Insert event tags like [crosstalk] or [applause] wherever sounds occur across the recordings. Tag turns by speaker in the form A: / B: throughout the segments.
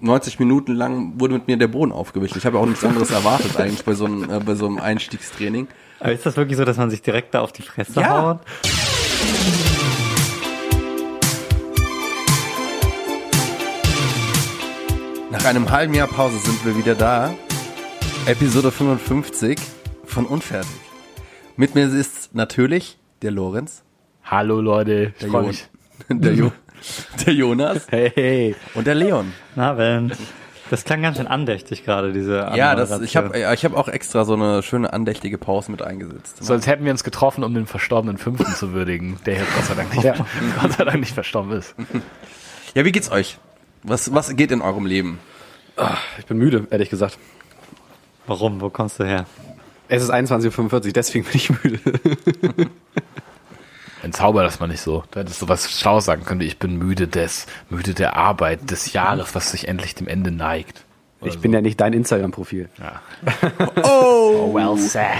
A: 90 Minuten lang wurde mit mir der Boden aufgewischt. Ich habe auch nichts anderes erwartet eigentlich bei so einem, äh, bei so einem Einstiegstraining.
B: Aber ist das wirklich so, dass man sich direkt da auf die Fresse
A: Ja.
B: haut?
A: Nach einem halben Jahr Pause sind wir wieder da. Episode 55 von Unfertig. Mit mir ist natürlich der Lorenz,
C: Hallo Leute, ich
A: der,
C: freue
A: Jo-
C: mich.
A: [laughs] der, jo der Jonas
C: Hey,
A: und der Leon.
B: Na, Abend. Das klang ganz schön andächtig gerade, diese
A: Ja, das, ich
B: Anmoderation.
A: habe ich hab auch extra so eine schöne andächtige Pause mit eingesetzt.
C: sonst hätten wir uns getroffen, um den verstorbenen Fünften zu würdigen, der jetzt Gott sei Dank nicht, [laughs] Gott sei Dank nicht verstorben ist.
A: Ja, wie geht's euch? Was, was geht in eurem Leben?
D: Ich bin müde, ehrlich gesagt.
B: Warum? Wo kommst du her?
D: Es ist 21.45 Uhr, deswegen bin ich müde. [laughs]
C: Ein Zauber, das man nicht so. Da hättest du was Schlaues sagen können. Ich bin müde des, müde der Arbeit, des Jahres, was sich endlich dem Ende neigt.
D: Ich bin ja nicht dein Instagram-Profil.
C: Oh, well said.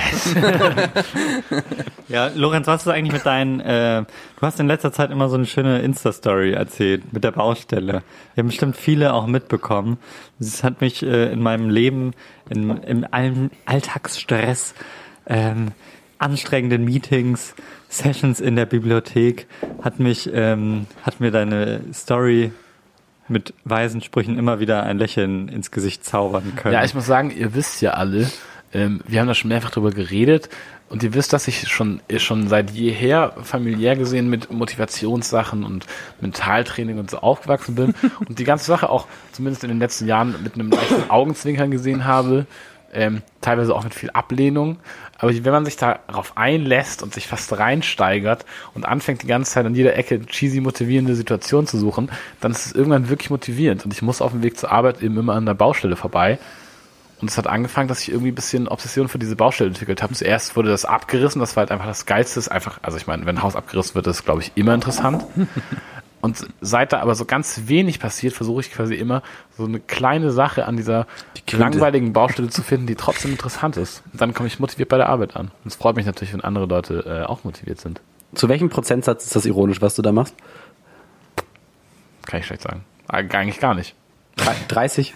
B: Ja, Lorenz, was ist eigentlich mit deinen, äh, du hast in letzter Zeit immer so eine schöne Insta-Story erzählt mit der Baustelle. Wir haben bestimmt viele auch mitbekommen. Das hat mich äh, in meinem Leben, in, in allem Alltagsstress, ähm, anstrengenden Meetings, Sessions in der Bibliothek, hat mich, ähm, hat mir deine Story mit weisen Sprüchen immer wieder ein Lächeln ins Gesicht zaubern können.
C: Ja, ich muss sagen, ihr wisst ja alle, ähm, wir haben da schon mehrfach drüber geredet und ihr wisst, dass ich schon, eh, schon seit jeher familiär gesehen mit Motivationssachen und Mentaltraining und so aufgewachsen bin und die ganze Sache auch zumindest in den letzten Jahren mit einem leichten Augenzwinkern gesehen habe. Ähm, teilweise auch mit viel Ablehnung. Aber wenn man sich darauf einlässt und sich fast reinsteigert und anfängt die ganze Zeit an jeder Ecke cheesy motivierende Situationen zu suchen, dann ist es irgendwann wirklich motivierend. Und ich muss auf dem Weg zur Arbeit eben immer an der Baustelle vorbei. Und es hat angefangen, dass ich irgendwie ein bisschen Obsession für diese Baustelle entwickelt habe. Zuerst wurde das abgerissen, das war halt einfach das Geilste. Ist einfach, also ich meine, wenn ein Haus abgerissen wird, ist glaube ich immer interessant. Und seit da aber so ganz wenig passiert, versuche ich quasi immer so eine kleine Sache an dieser
A: Quinte.
C: langweiligen Baustelle zu finden, die trotzdem interessant ist. Und dann komme ich motiviert bei der Arbeit an. Und es freut mich natürlich, wenn andere Leute äh, auch motiviert sind.
D: Zu welchem Prozentsatz ist das ironisch, was du da machst?
C: Kann ich schlecht sagen. Eig- Eigentlich gar nicht.
D: [laughs] Drei- 30?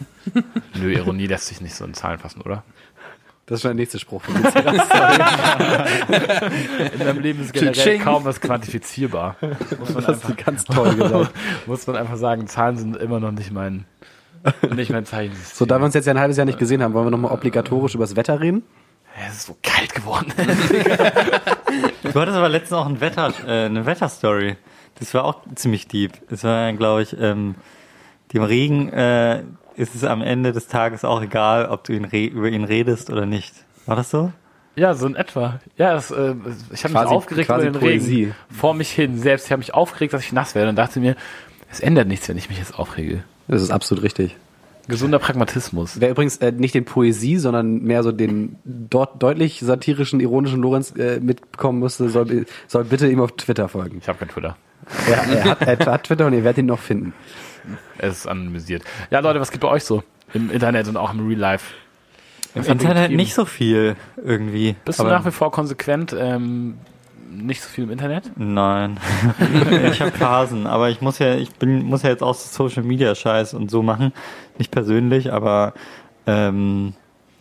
C: Nö, Ironie [laughs] lässt sich nicht so in Zahlen fassen, oder?
D: Das ist schon der nächste Spruch.
C: In meinem Leben ist
A: generell
C: generell kaum was quantifizierbar. Muss man
D: [laughs] Das ist ganz toll gesagt.
C: [laughs] Muss man einfach sagen, Zahlen sind immer noch nicht mein, nicht mein Zeichen.
D: [laughs] So, da wir uns jetzt ja ein halbes Jahr nicht gesehen haben, wollen wir nochmal obligatorisch über das Wetter reden?
C: es ist so kalt geworden. [laughs]
B: Du hattest aber letztens auch ein Wetter, äh, eine Wetterstory. Das war auch ziemlich deep. Es war, glaube ich, ähm, dem Regen äh, ist es am Ende des Tages auch egal, ob du ihn re über ihn redest oder nicht. War das so?
C: ja, so in etwa. Ja, das, äh, ich habe mich
D: Quasi-
C: aufgeregt
D: quasi
C: über den
D: Poesie.
C: Regen. Vor mich hin selbst. Ich habe mich aufgeregt, dass ich nass werde und dachte mir, es ändert nichts, wenn ich mich jetzt aufrege.
D: Das ist absolut richtig.
C: Gesunder Pragmatismus.
D: Wer übrigens äh, nicht den Poesie, sondern mehr so den dort deutlich satirischen, ironischen Lorenz äh, mitbekommen musste, soll, soll bitte ihm auf Twitter folgen.
C: Ich habe kein Twitter.
D: Er, er, hat, er hat Twitter und ihr werdet ihn noch finden.
C: Es ist anonymisiert. Ja, Leute, was geht bei euch so? Im Internet und auch im Real Life.
B: Im
C: hat ihn
B: Internet
C: getrieben?
B: nicht so viel irgendwie.
C: Bist du nach wie vor konsequent ähm, nicht so viel im Internet?
B: Nein. ich habe Phasen, aber ich muss ja, ich bin, muss ja jetzt auch so Social Media Scheiß und so machen. Nicht persönlich, aber ähm,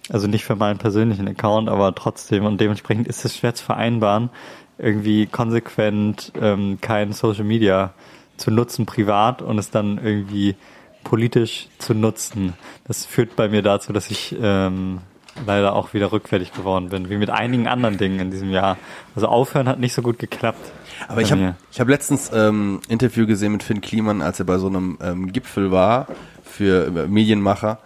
B: also nicht für meinen persönlichen Account, aber trotzdem und dementsprechend ist es schwer zu vereinbaren, irgendwie konsequent ähm, kein Social Media zu nutzen privat und es dann irgendwie politisch zu nutzen. Das führt bei mir dazu, dass ich ähm, leider auch wieder rückfällig geworden bin, wie mit einigen anderen Dingen in diesem Jahr. Also aufhören hat nicht so gut geklappt.
A: Aber ich
B: bei
A: habe
B: mir.
A: ich hab letztens ähm, Interview gesehen mit Finn Kliman, als er bei so einem ähm, Gipfel war für äh, Medienmacher.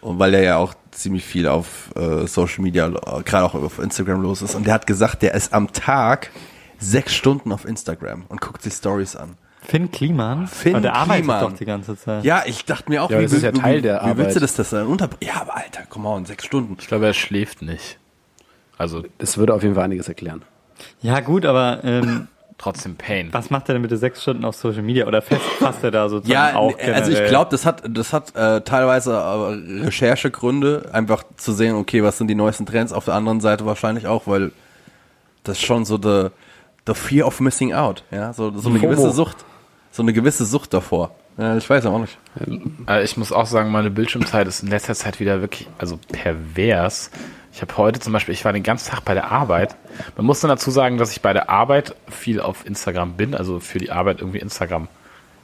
A: Und weil er ja auch ziemlich viel auf äh, Social Media, äh, gerade auch auf Instagram los ist. Und der hat gesagt, der ist am Tag sechs Stunden auf Instagram und guckt sich Stories an.
B: Finn Kliman?
A: Finn
B: Aber der arbeitet
A: Kliman.
B: doch die ganze Zeit.
A: Ja, ich dachte mir auch,
D: Ja, das ist ja Teil
A: wie,
D: der
A: wie willst
D: Arbeit.
A: du das, das dann unter... Ja, aber Alter, komm on, sechs Stunden.
C: Ich glaube, er schläft nicht. Also
D: Das würde auf jeden Fall einiges erklären.
B: ja gut, aber ähm,
C: trotzdem Pain.
B: was macht er denn mit den sechs Stunden auf Social Media? Oder fest passt er da sozusagen
A: Ja,
B: auch
A: nee, also ich
B: generell?
A: glaube, das hat das hat äh, teilweise äh, Recherchegründe, einfach zu sehen, okay, was sind die neuesten Trends. Auf der anderen Seite wahrscheinlich auch, weil das ist schon so the the fear of missing out, ja, so so eine
D: FOMO.
A: gewisse Sucht, so eine gewisse Sucht davor. Äh, ich weiß auch nicht.
C: Äh, ich muss auch sagen, meine Bildschirmzeit ist in letzter Zeit wieder wirklich, also pervers. Ich habe heute zum Beispiel, ich war den ganzen Tag bei der Arbeit. Man muss dann dazu sagen, dass ich bei der Arbeit viel auf Instagram bin, also für die Arbeit irgendwie Instagram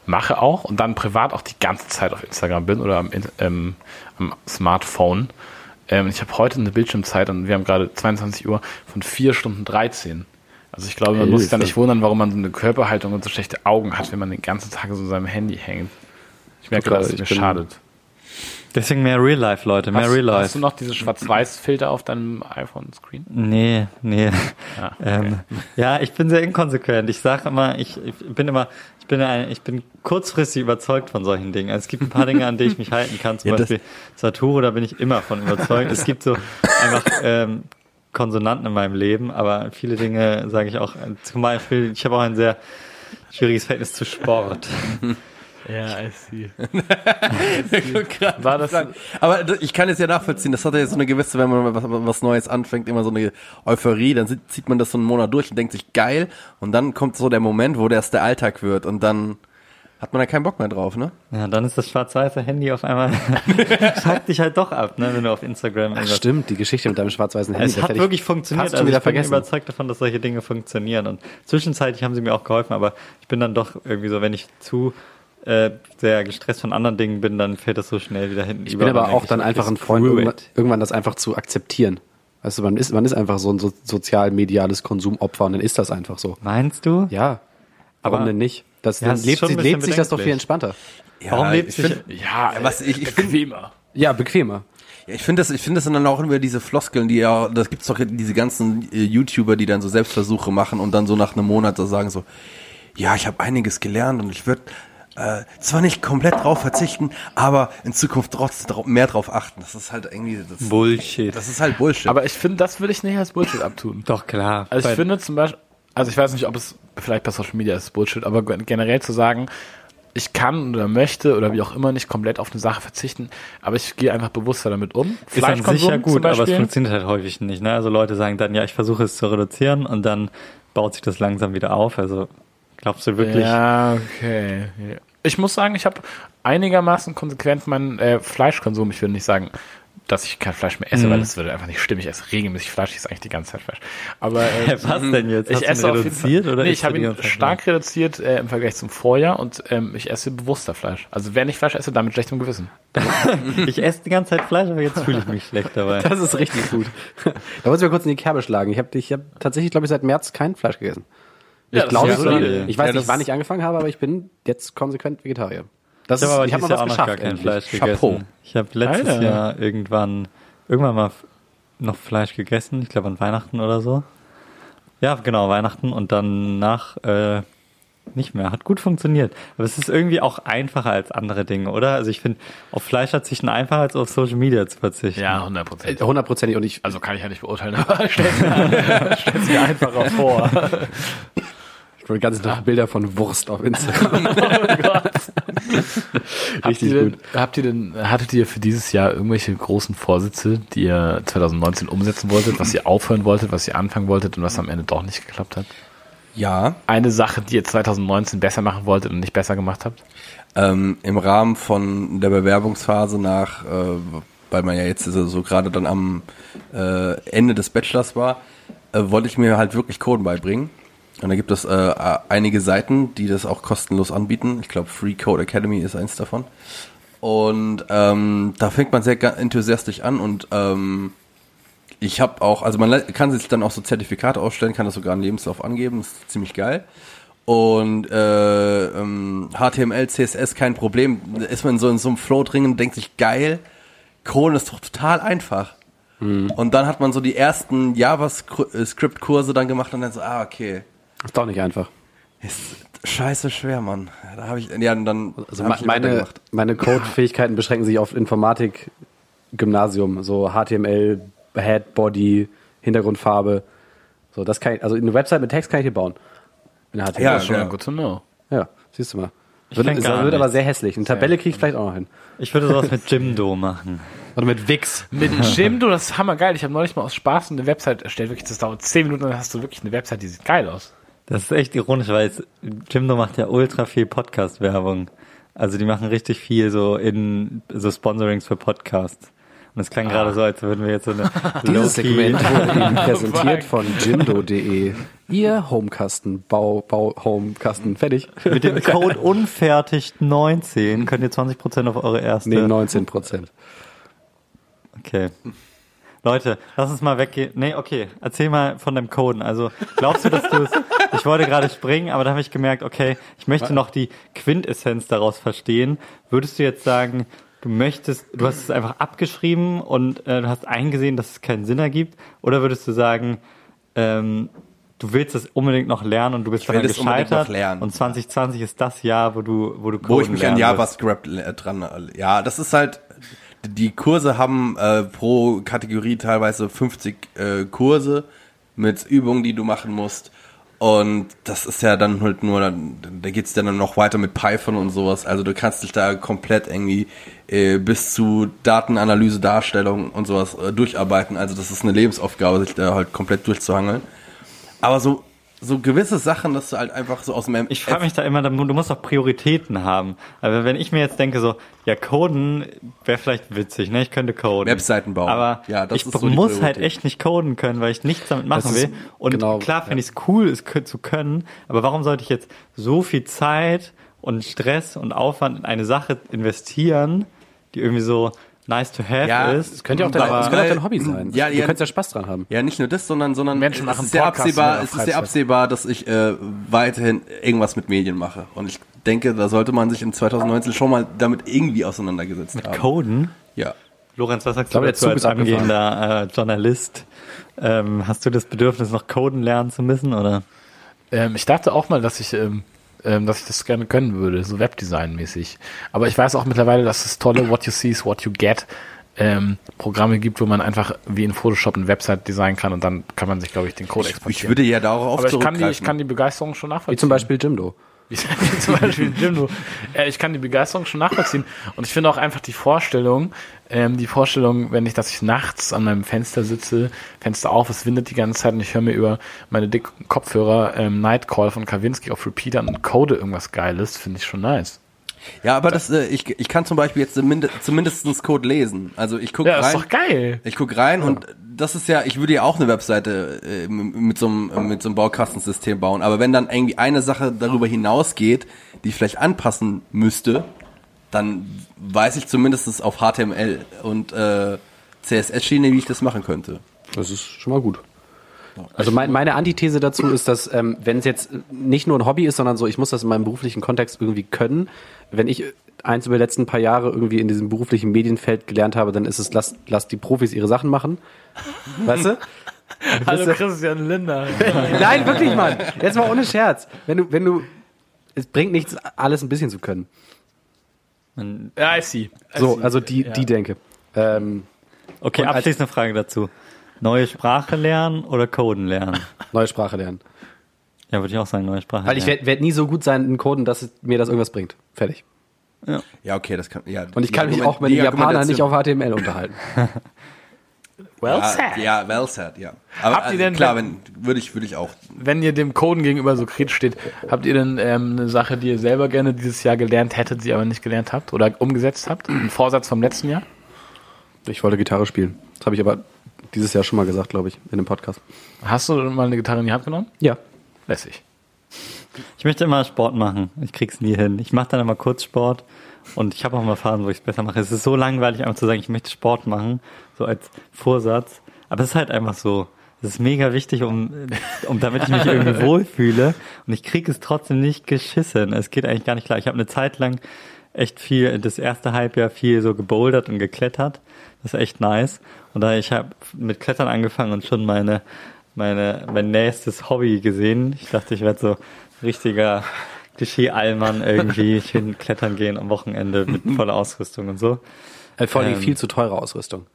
C: mache auch und dann privat auch die ganze Zeit auf Instagram bin oder am, In- ähm, am Smartphone. Ähm, ich habe heute eine Bildschirmzeit und wir haben gerade 22 Uhr von 4 Stunden 13. Also ich glaube, man muss sich da nicht wundern, warum man so eine Körperhaltung und so schlechte Augen hat, wenn man den ganzen Tag so in seinem Handy hängt. Ich merke,
D: Total,
C: dass es
D: ich
C: mir
D: bin-
C: schadet.
B: Deswegen mehr Real Life, Leute, mehr
C: Hast,
B: Real
C: hast
B: Life.
C: du noch diese Schwarz-Weiß-Filter auf deinem iPhone-Screen?
B: Nee, nee.
C: Ah, okay.
B: Ähm, ja, ich bin sehr inkonsequent. Ich sage immer, ich, ich bin immer, ich bin ein, ich bin kurzfristig überzeugt von solchen Dingen. Also es gibt ein paar Dinge, an die ich mich halten kann. Zum
A: Ja, das-
B: Beispiel Saturo, da bin ich immer von überzeugt. Es gibt so einfach ähm, Konsonanten in meinem Leben, aber viele Dinge sage ich auch. äh, Zum Beispiel, ich habe auch ein sehr schwieriges Verhältnis zu Sport.
C: Ja, I see. War das,
A: Aber d- ich kann es ja nachvollziehen, das hat ja so eine gewisse, wenn man was, was Neues anfängt, immer so eine Euphorie, dann sieht- zieht man das so einen Monat durch und denkt sich geil und dann kommt so der Moment, wo das der Alltag wird und dann hat man da keinen Bock mehr drauf, ne?
B: Ja, dann ist das schwarz-weiße Handy auf einmal [laughs] schreckt dich halt doch ab, ne, wenn du auf Instagram
D: Ach,
B: irgendwas
D: stimmt, die Geschichte mit deinem schwarz-weißen Handy.
B: Es
D: das
B: hat
D: hätte ich-
B: wirklich funktioniert.
D: fast schon
B: Also
D: wieder
B: ich bin
D: vergessen.
B: überzeugt davon, dass solche Dinge funktionieren. Und zwischenzeitlich haben sie mir auch geholfen, aber ich bin dann doch irgendwie so, wenn ich zu äh, sehr gestresst von anderen Dingen bin, dann fällt das so schnell wieder hinten.
D: Ich bin aber auch dann einfach ein Freund, irgendwann, irgendwann das einfach zu akzeptieren. Weißt du, man ist, man ist einfach so ein so sozial-mediales Konsumopfer und dann ist das einfach so.
B: Meinst du?
D: Ja. Warum
B: Aber-
D: denn nicht? Das,
B: Ja,
D: dann
B: es ist
D: lebt,
B: schon
D: sich-
B: ein
D: lebt
B: bisschen
D: sich das doch viel
B: bedenklich.
D: entspannter.
B: Warum lebt
A: ich
B: sich-
A: find-
C: ja,
A: was ich- ich find-
C: bequemer.
D: Ja, bequemer.
A: Ja, ich finde das, ich finde das dann auch immer diese Floskeln, die ja, das gibt's doch diese ganzen äh, YouTuber, die dann so Selbstversuche machen und dann so nach einem Monat da sagen so, ja, ich habe einiges gelernt und ich würde äh, zwar nicht komplett drauf verzichten, aber in Zukunft trotzdem drau- mehr drauf achten. Das ist halt irgendwie, das,
B: Bullshit.
A: das ist halt Bullshit.
C: Aber ich finde, das würde ich nicht als Bullshit abtun.
B: doch klar.
C: Also ich
B: Weil-
C: finde zum Beispiel, also ich weiß nicht, ob es vielleicht bei Social Media ist Bullshit, aber gen- generell zu sagen, ich kann oder möchte oder wie auch immer nicht komplett auf eine Sache verzichten, aber ich gehe einfach bewusster damit um.
B: ist an sich ja
C: Fleischkonsum zum
B: gut, aber es
C: Beispiel.
B: funktioniert halt häufig nicht. Ne? Also Leute sagen dann, ja, ich versuche es zu reduzieren und dann baut sich das langsam wieder auf. Also glaubst du wirklich,
C: Ja, okay. Ja. Ich muss sagen, ich habe einigermaßen konsequent meinen äh, Fleischkonsum. Ich würde nicht sagen, dass ich kein Fleisch mehr
B: Mhm.
C: esse, weil das würde einfach nicht stimmen. Ich esse regelmäßig Fleisch, ich esse eigentlich die ganze Zeit Fleisch. Aber
B: [laughs]
C: äh,
B: [laughs] was denn jetzt?
C: ich
B: Hast du ihn
C: esse auf jeden
B: reduziert
C: Fall,
B: oder
C: nee,
B: isst
C: ich
B: du
C: habe
B: die
C: ihn
B: ganze Zeit
C: stark reduziert äh, im Vergleich zum Vorjahr und ähm, ich esse bewusster Fleisch. Also wenn ich Fleisch esse, damit schlechtem Gewissen.
B: Ich esse die ganze Zeit Fleisch, aber jetzt fühle ich mich schlecht dabei.
D: Das ist
B: [laughs]
D: richtig gut. da muss ich mir kurz in die Kerbe schlagen. Ich habe ich hab tatsächlich, glaube ich, seit März kein Fleisch gegessen.
C: Ja,
D: ich glaube,
B: ist
D: so,
B: solide.
D: ich weiß
A: Ja, das-
D: nicht, wann ich angefangen habe, aber ich bin jetzt konsequent Vegetarier. Das
B: Ich habe aber
D: ich hab
B: dieses
D: mal was
B: Jahr auch noch
D: geschafft.
B: gar kein
D: endlich.
B: Fleisch gegessen.
A: Chapeau.
B: Ich habe letztes
C: Alter.
B: Jahr irgendwann, irgendwann mal f- noch Fleisch gegessen. Ich glaube an Weihnachten oder so. Ja, genau, Weihnachten und danach äh, nicht mehr. Hat gut funktioniert. Aber es ist irgendwie auch einfacher als andere Dinge, oder? Also ich finde, auf Fleisch verzichten einfacher als auf Social Media zu verzichten.
C: Ja, 100 Prozent.
D: Äh, Hundertprozentig. Und ich,
C: Äh, Also kann ich ja nicht beurteilen, [laughs]
B: [laughs]
C: aber stell's mir, stell's mir einfacher
D: [laughs]
C: vor.
D: ich wollte ganzen Tag Bilder von Wurst auf Instagram. Richtig
C: habt ihr
D: gut.
C: Denn, habt ihr denn, hattet ihr für dieses Jahr irgendwelche großen Vorsitze, die ihr 2019 umsetzen wolltet, was ihr aufhören wolltet, was ihr anfangen wolltet und was am Ende doch nicht geklappt hat?
A: ja.
C: Eine Sache, die ihr 2019 besser machen wolltet und nicht besser gemacht habt?
A: Ähm, Im Rahmen von der Bewerbungsphase nach, äh, weil man ja jetzt so, so gerade dann am äh, Ende des Bachelors war, äh, wollte ich mir halt wirklich Coden beibringen. Und da gibt es äh, a- einige Seiten, die das auch kostenlos anbieten. Ich glaube, Free Code Academy ist eins davon. Und ähm, da fängt man sehr ga- enthusiastisch an und ähm, ich habe auch, also man le- kann sich dann auch so Zertifikate ausstellen, kann das sogar im Lebenslauf angeben, ist ziemlich geil. Und äh, ähm, HTML, CSS kein Problem. Da ist man so in so einem Flow drin und denkt sich, geil, Coden ist doch total einfach.
D: Mhm.
A: Und dann hat man so die ersten JavaScript-Kurse dann gemacht und dann so, ah, okay.
D: Ist doch nicht einfach.
A: Ist scheiße schwer, Mann. Da habe ich, ja, und dann
D: Also
A: hab
D: me-
A: ich nicht
D: meine,
A: weitergemacht.
D: meine Code-Fähigkeiten beschränken sich auf Informatik, Gymnasium, so HTML, Head, Body, Hintergrundfarbe. So, das kann ich, also eine Website mit Text kann ich hier bauen. In HTML.
A: Ja,
C: Das ist schon
A: ja.
C: mal good to know.
D: Ja, siehst du mal.
B: Ich
D: Wird,
B: kann
D: es
B: gar
D: wird aber
B: nichts.
D: sehr hässlich. Eine Tabelle kriege ich vielleicht auch noch hin.
B: Ich würde sowas mit Jimdo machen.
D: Oder mit Wix.
C: Mit Jimdo, das ist hammergeil. Ich habe neulich mal aus Spaß eine Website erstellt. Wirklich, das dauert 10 Minuten, dann hast du wirklich eine Website, die sieht geil aus.
B: Das ist echt ironisch, weil es, Jimdo macht ja ultra viel Podcast-Werbung. Also die machen richtig viel so in so Sponsorings für Podcasts. Und es klang gerade so, als würden wir jetzt so eine
D: Ah. [laughs] Dieses
B: low-key-
D: Segment wurde Ihnen präsentiert
C: Fuck.
D: von jimdo.de. Ihr Homekasten, Bau, Bau, Homekasten, fertig.
B: Mit dem Code unfertigt 19 könnt ihr 20% auf eure erste.
D: Nee, 19 Prozent.
B: Okay. Leute, lass uns mal weggehen. Nee, okay. Erzähl mal von deinem Coden. Also, glaubst du, dass du
A: [laughs]
B: es. Ich wollte gerade springen, aber da habe ich gemerkt, okay, ich möchte noch die Quintessenz daraus verstehen. Würdest du jetzt sagen, du möchtest, du hast es einfach abgeschrieben und äh, du hast eingesehen, dass es keinen Sinn ergibt? Oder würdest du sagen, ähm, du willst es unbedingt noch lernen und du bist daran
A: will es unbedingt
B: gescheitert?
A: noch lernen.
B: Und 2020 ist das Jahr, wo du, wo du
A: wo
B: Coden
A: ich mich an
B: lernen wirst.
A: JavaScript le- äh, dran. Ja, das ist halt. Die Kurse haben äh, pro Kategorie teilweise 50 äh, Kurse mit Übungen, die du machen musst. Und das ist ja dann halt nur, dann, da geht's dann noch weiter mit Python und sowas. Also du kannst dich da komplett irgendwie äh, bis zu Datenanalyse, Darstellung und sowas äh, durcharbeiten. Also das ist eine Lebensaufgabe, sich da halt komplett durchzuhangeln. Aber so, so gewisse Sachen, dass du halt einfach so aus dem
B: Ich frage mich da immer, du musst doch Prioritäten haben. Aber wenn ich mir jetzt denke, so, ja, coden wäre vielleicht witzig, ne? Ich könnte coden.
A: Webseiten bauen.
B: Aber
A: Ja, das
B: ich
A: ist so die
B: muss halt
A: Priorität.
B: echt nicht coden können, weil ich nichts damit
D: Das
B: machen
D: ist-
B: will. Und
D: genau,
B: klar finde ich es cool, es kö- zu können. Aber warum sollte ich jetzt so viel Zeit und Stress und Aufwand in eine Sache investieren, die irgendwie so nice to have
A: Ja,
B: ist?
A: es
D: Könnte ja auch dein,
A: Aber-
D: das könnte auch dein Hobby sein.
A: Äh, Ja,
D: du
A: ja.
D: könntest ja Spaß dran haben.
A: Ja, nicht nur das, sondern, sondern
C: Menschen
A: es
C: machen
A: ist sehr
C: Podcasts in
A: absehbar,
C: ihrer
A: es ist
C: Freizeit.
A: sehr absehbar, dass ich äh, weiterhin irgendwas mit Medien mache. Und ich denke, da sollte man sich in 2019 schon mal damit irgendwie auseinandergesetzt haben.
B: Coden?
A: ja.
B: Lorenz, was sagst
D: glaube,
B: du
D: der
B: dazu
D: Zug
B: als
D: ist abgefahren.
B: angehender äh, Journalist? Ähm, hast du das Bedürfnis, noch coden lernen zu müssen, oder?
C: Ähm, ich dachte auch mal, dass ich, ähm, ähm, dass ich das gerne können würde, so Webdesign-mäßig. Aber ich weiß auch mittlerweile, dass es tolle What You See is What You Get ähm, Programme gibt, wo man einfach wie in Photoshop eine Website designen kann und dann kann man sich, glaube ich, den Code exportieren.
A: Ich würde ja darauf
C: aber ich kann,
A: zurückgreifen.
C: die, ich kann die Begeisterung schon nachvollziehen.
D: Wie zum Beispiel Jimdo.
C: Wie [laughs] zum Beispiel Jimdo. Äh, ich kann die Begeisterung schon nachvollziehen. Und ich finde auch einfach die Vorstellung, ähm, die Vorstellung, wenn ich, dass ich nachts an meinem Fenster sitze, Fenster auf, es windet die ganze Zeit und ich höre mir über meine dicken Kopfhörer ähm, Nightcall von Kavinsky auf Repeat an und code irgendwas Geiles, finde ich schon nice.
A: ja, aber das, äh, ich, ich kann zum Beispiel jetzt minde- zumindestens Code lesen. Also ich gucke
C: Ja, ist
A: rein.
C: doch geil.
A: Ich gucke rein und das ist ja, ich würde ja auch eine Webseite äh, m- mit so einem mit so einem Baukastensystem bauen, aber wenn dann irgendwie eine Sache darüber hinausgeht, die ich vielleicht anpassen müsste, dann weiß ich zumindest auf HTML und äh, CSS-Schiene, wie ich das machen könnte.
D: Das ist schon mal gut. Also mein, meine Antithese dazu ist, dass ähm, wenn es jetzt nicht nur ein Hobby ist, sondern so, ich muss das in meinem beruflichen Kontext irgendwie können. Wenn ich eins über die letzten paar Jahre irgendwie in diesem beruflichen Medienfeld gelernt habe, dann ist es, lass, lass die Profis ihre Sachen machen.
A: [laughs]
D: Weißt du?
C: Hallo Christian Linder.
D: Nein, wirklich, Mann. Jetzt mal ohne Scherz. Wenn du, wenn du, es bringt nichts, alles ein bisschen zu können.
C: ja, I see. I
D: So,
C: see.
D: also die,
C: Ja.
D: die Denke. Ähm,
B: Okay,
D: Und als-
B: abschließende Frage dazu. Neue Sprache lernen oder Coden lernen?
D: neue Sprache lernen.
B: Ja, würde ich auch sagen, neue Sprache
D: Weil ich
B: lernen.
D: werde werd nie so gut sein in Coden, dass es mir das irgendwas bringt. Fertig.
A: Ja, okay, das kann ja.
D: Und ich kann
A: die
D: mich
A: Argument-
D: auch mit
A: die
D: den Japanern nicht
A: Argumentation-
D: auf HTML unterhalten.
C: well
A: ja,
C: said.
A: ja, well said, ja. Aber
C: Habt ihr
A: also,
C: denn-
A: klar, wenn würde ich würde ich auch.
C: Wenn ihr dem Coden gegenüber so kritisch steht, habt ihr denn ähm, eine Sache, die ihr selber gerne dieses Jahr gelernt hättet, sie aber nicht gelernt habt oder umgesetzt habt? Ein Vorsatz vom letzten Jahr?
D: [laughs] Ich wollte Gitarre spielen. Das habe ich aber dieses Jahr schon mal gesagt, glaube ich, in dem Podcast.
C: Hast du mal eine Gitarre in die Hand genommen?
D: Ja.
C: Lässig.
B: Ich möchte immer Sport machen. Ich krieg's nie hin. Ich mache dann immer kurz Sport und ich habe auch mal Phasen, wo ich es besser mache. Es ist so langweilig, einfach zu sagen, ich möchte Sport machen, so als Vorsatz. Aber es ist halt einfach so. Es ist mega wichtig, um, um damit ich mich
D: [laughs]
B: irgendwie wohlfühle. Und ich krieg es trotzdem nicht geschissen. Es geht eigentlich gar nicht klar. Ich habe eine Zeit lang echt viel, das erste Halbjahr viel so gebouldert und geklettert. Das ist echt nice. Und da ich habe mit Klettern angefangen und schon meine, meine, mein nächstes Hobby gesehen. Ich dachte, ich werde so richtiger Klischee-Allmann irgendwie. Ich will [laughs] klettern gehen am Wochenende mit voller Ausrüstung und so.
D: Äh, Vor allem
B: Ähm.
D: viel zu teure Ausrüstung.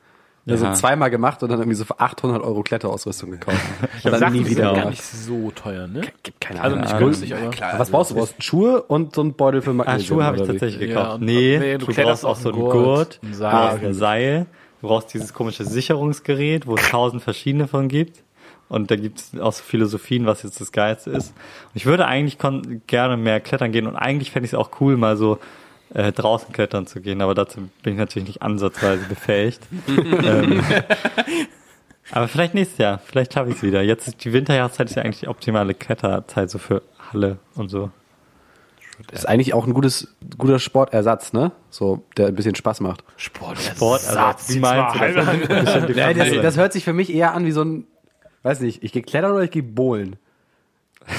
D: Also
B: Ja.
D: zweimal gemacht und dann irgendwie so für 800 Euro Kletterausrüstung gekauft. [laughs] Und
C: Sachen
D: dann nie
C: sind
D: wieder
C: gar
D: gemacht.
C: nicht so teuer, ne?
D: Keine
C: Also
D: Ahnung. also
C: nicht günstig, aber.
A: Klar,
D: Aber was brauchst du? Du brauchst Schuhe und so einen Beutel für
B: Ah,
D: Magnesium.
B: Schuhe habe ich
D: oder wie?
B: tatsächlich
C: Ja,
B: gekauft.
C: und-
B: nee,
C: nee,
B: du,
C: du
B: brauchst
C: kletterst
B: auch
C: auf
B: so einen
C: einen
B: Gurt,
C: Gurt,
B: du
C: ein Seil.
B: brauchst ein Seil, du brauchst dieses komische Sicherungsgerät,
C: [laughs]
B: wo es tausend verschiedene von gibt. Und da gibt es auch so Philosophien, was jetzt das Geilste ist. Und ich würde eigentlich kon- gerne mehr klettern gehen und eigentlich fände ich es auch cool, mal so äh, draußen klettern zu gehen, aber dazu bin ich natürlich nicht ansatzweise
C: [laughs]
B: befähigt. ähm, aber vielleicht nächstes Jahr, vielleicht schaffe ich es wieder. Jetzt ist die Winterjahreszeit ist ja eigentlich die optimale Kletterzeit so für Halle und so.
D: Ist eigentlich auch ein gutes, guter Sportersatz, ne? So, der ein bisschen Spaß macht.
C: Sport,
B: Sport, also, wie meinst du das? Bisschen die
D: Nein, das,
A: also-
B: Familie.
D: das hört sich für mich eher an wie so ein, weiß nicht, ich gehe klettern oder ich gehe bowlen.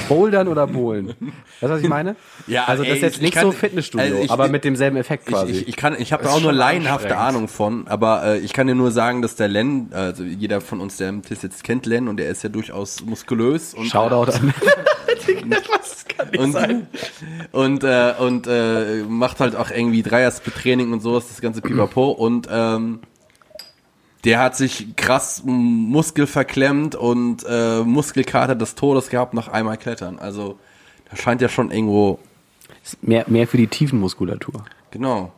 D: Bouldern oder bowlen. Weißt
A: [laughs]
D: du, was ich meine?
A: Ja,
D: also das
A: ey,
D: ist jetzt
A: ich
D: nicht
A: kann-
D: so Fitnessstudio,
A: also ich-
D: aber mit demselben Effekt
A: Ich,
D: quasi.
A: ich, ich kann, ich habe
C: Das ist
A: auch nur
C: schon
A: laienhafte
C: anstrengend.
A: Ahnung von, aber äh, ich kann dir nur sagen, dass der Len, also jeder von uns, der im Tisch sitzt, kennt Len und der ist ja durchaus muskulös und
D: Shoutout an
A: [laughs] und, und, äh, und äh, macht halt auch irgendwie Dreiersplit-Training und sowas, das ganze Pipapo.
D: [clears throat]
A: Und ähm, der hat sich krass m- Muskel verklemmt und äh, Muskelkater des Todes gehabt nach einmal klettern. Also da scheint ja schon irgendwo,
D: mehr, mehr für die Tiefenmuskulatur.
A: genau.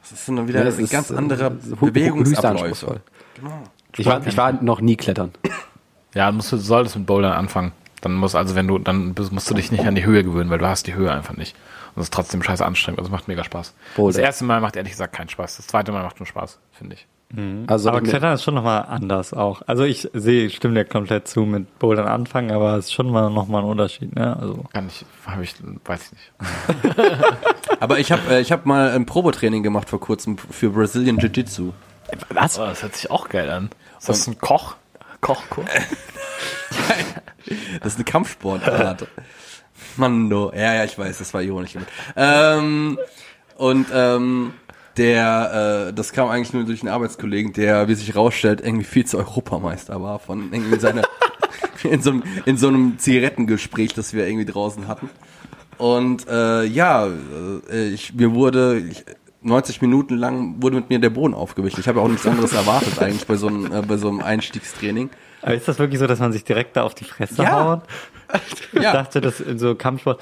A: Das ist dann wieder
D: Ja, das
A: ein
D: ist,
A: ganz
D: äh,
A: anderer
D: höchst
A: Bewegungsabläufe.
D: anspruchsvoll. Ich war, ich war noch nie klettern.
C: Ja, musst du, solltest mit Bouldern anfangen. Dann musst also, wenn du, dann bist- musst du dich nicht an die Höhe gewöhnen, weil du hast die Höhe einfach nicht. Und es ist trotzdem scheiße anstrengend. Also es macht mega Spaß.
D: Boulder.
C: Das erste Mal macht ehrlich gesagt keinen Spaß. Das zweite Mal macht nur Spaß, finde ich.
D: Also
B: Aber
D: ich mir-
B: Klettern ist schon nochmal anders auch. Also ich sehe, ich stimme dir komplett zu mit Bouldern anfangen, aber es ist schon mal nochmal ein Unterschied, ne? Also
C: Kann ich, habe ich, weiß ich nicht.
A: Aber ich habe äh, ich hab mal ein Probetraining gemacht vor kurzem für Brazilian Jiu-Jitsu.
C: Was? Oh, das hört sich auch geil an. Ist das ein Koch? Kochkurs?
A: Das ist eine
B: [laughs]
A: Kampfsportart. Mando. Ja, ja, ich weiß, das war ironisch. gemeint. Ähm, und ähm, der, äh, das kam eigentlich nur durch einen Arbeitskollegen, der, wie sich rausstellt, irgendwie Vize-Europameister war von irgendwie
B: [laughs]
A: seiner, in so einem, in so einem Zigarettengespräch, das wir irgendwie draußen hatten. Und äh, ja, äh, ich, mir wurde ich, 90 Minuten lang wurde mit mir der Boden aufgewischt. Ich habe auch nichts anderes erwartet eigentlich bei so einem, äh, bei so einem Einstiegstraining.
B: aber ist das wirklich so, dass man sich direkt da auf die Fresse
A: Ja.
B: haut? Ich
A: Ja.
B: dachte, das in so Kampfsport.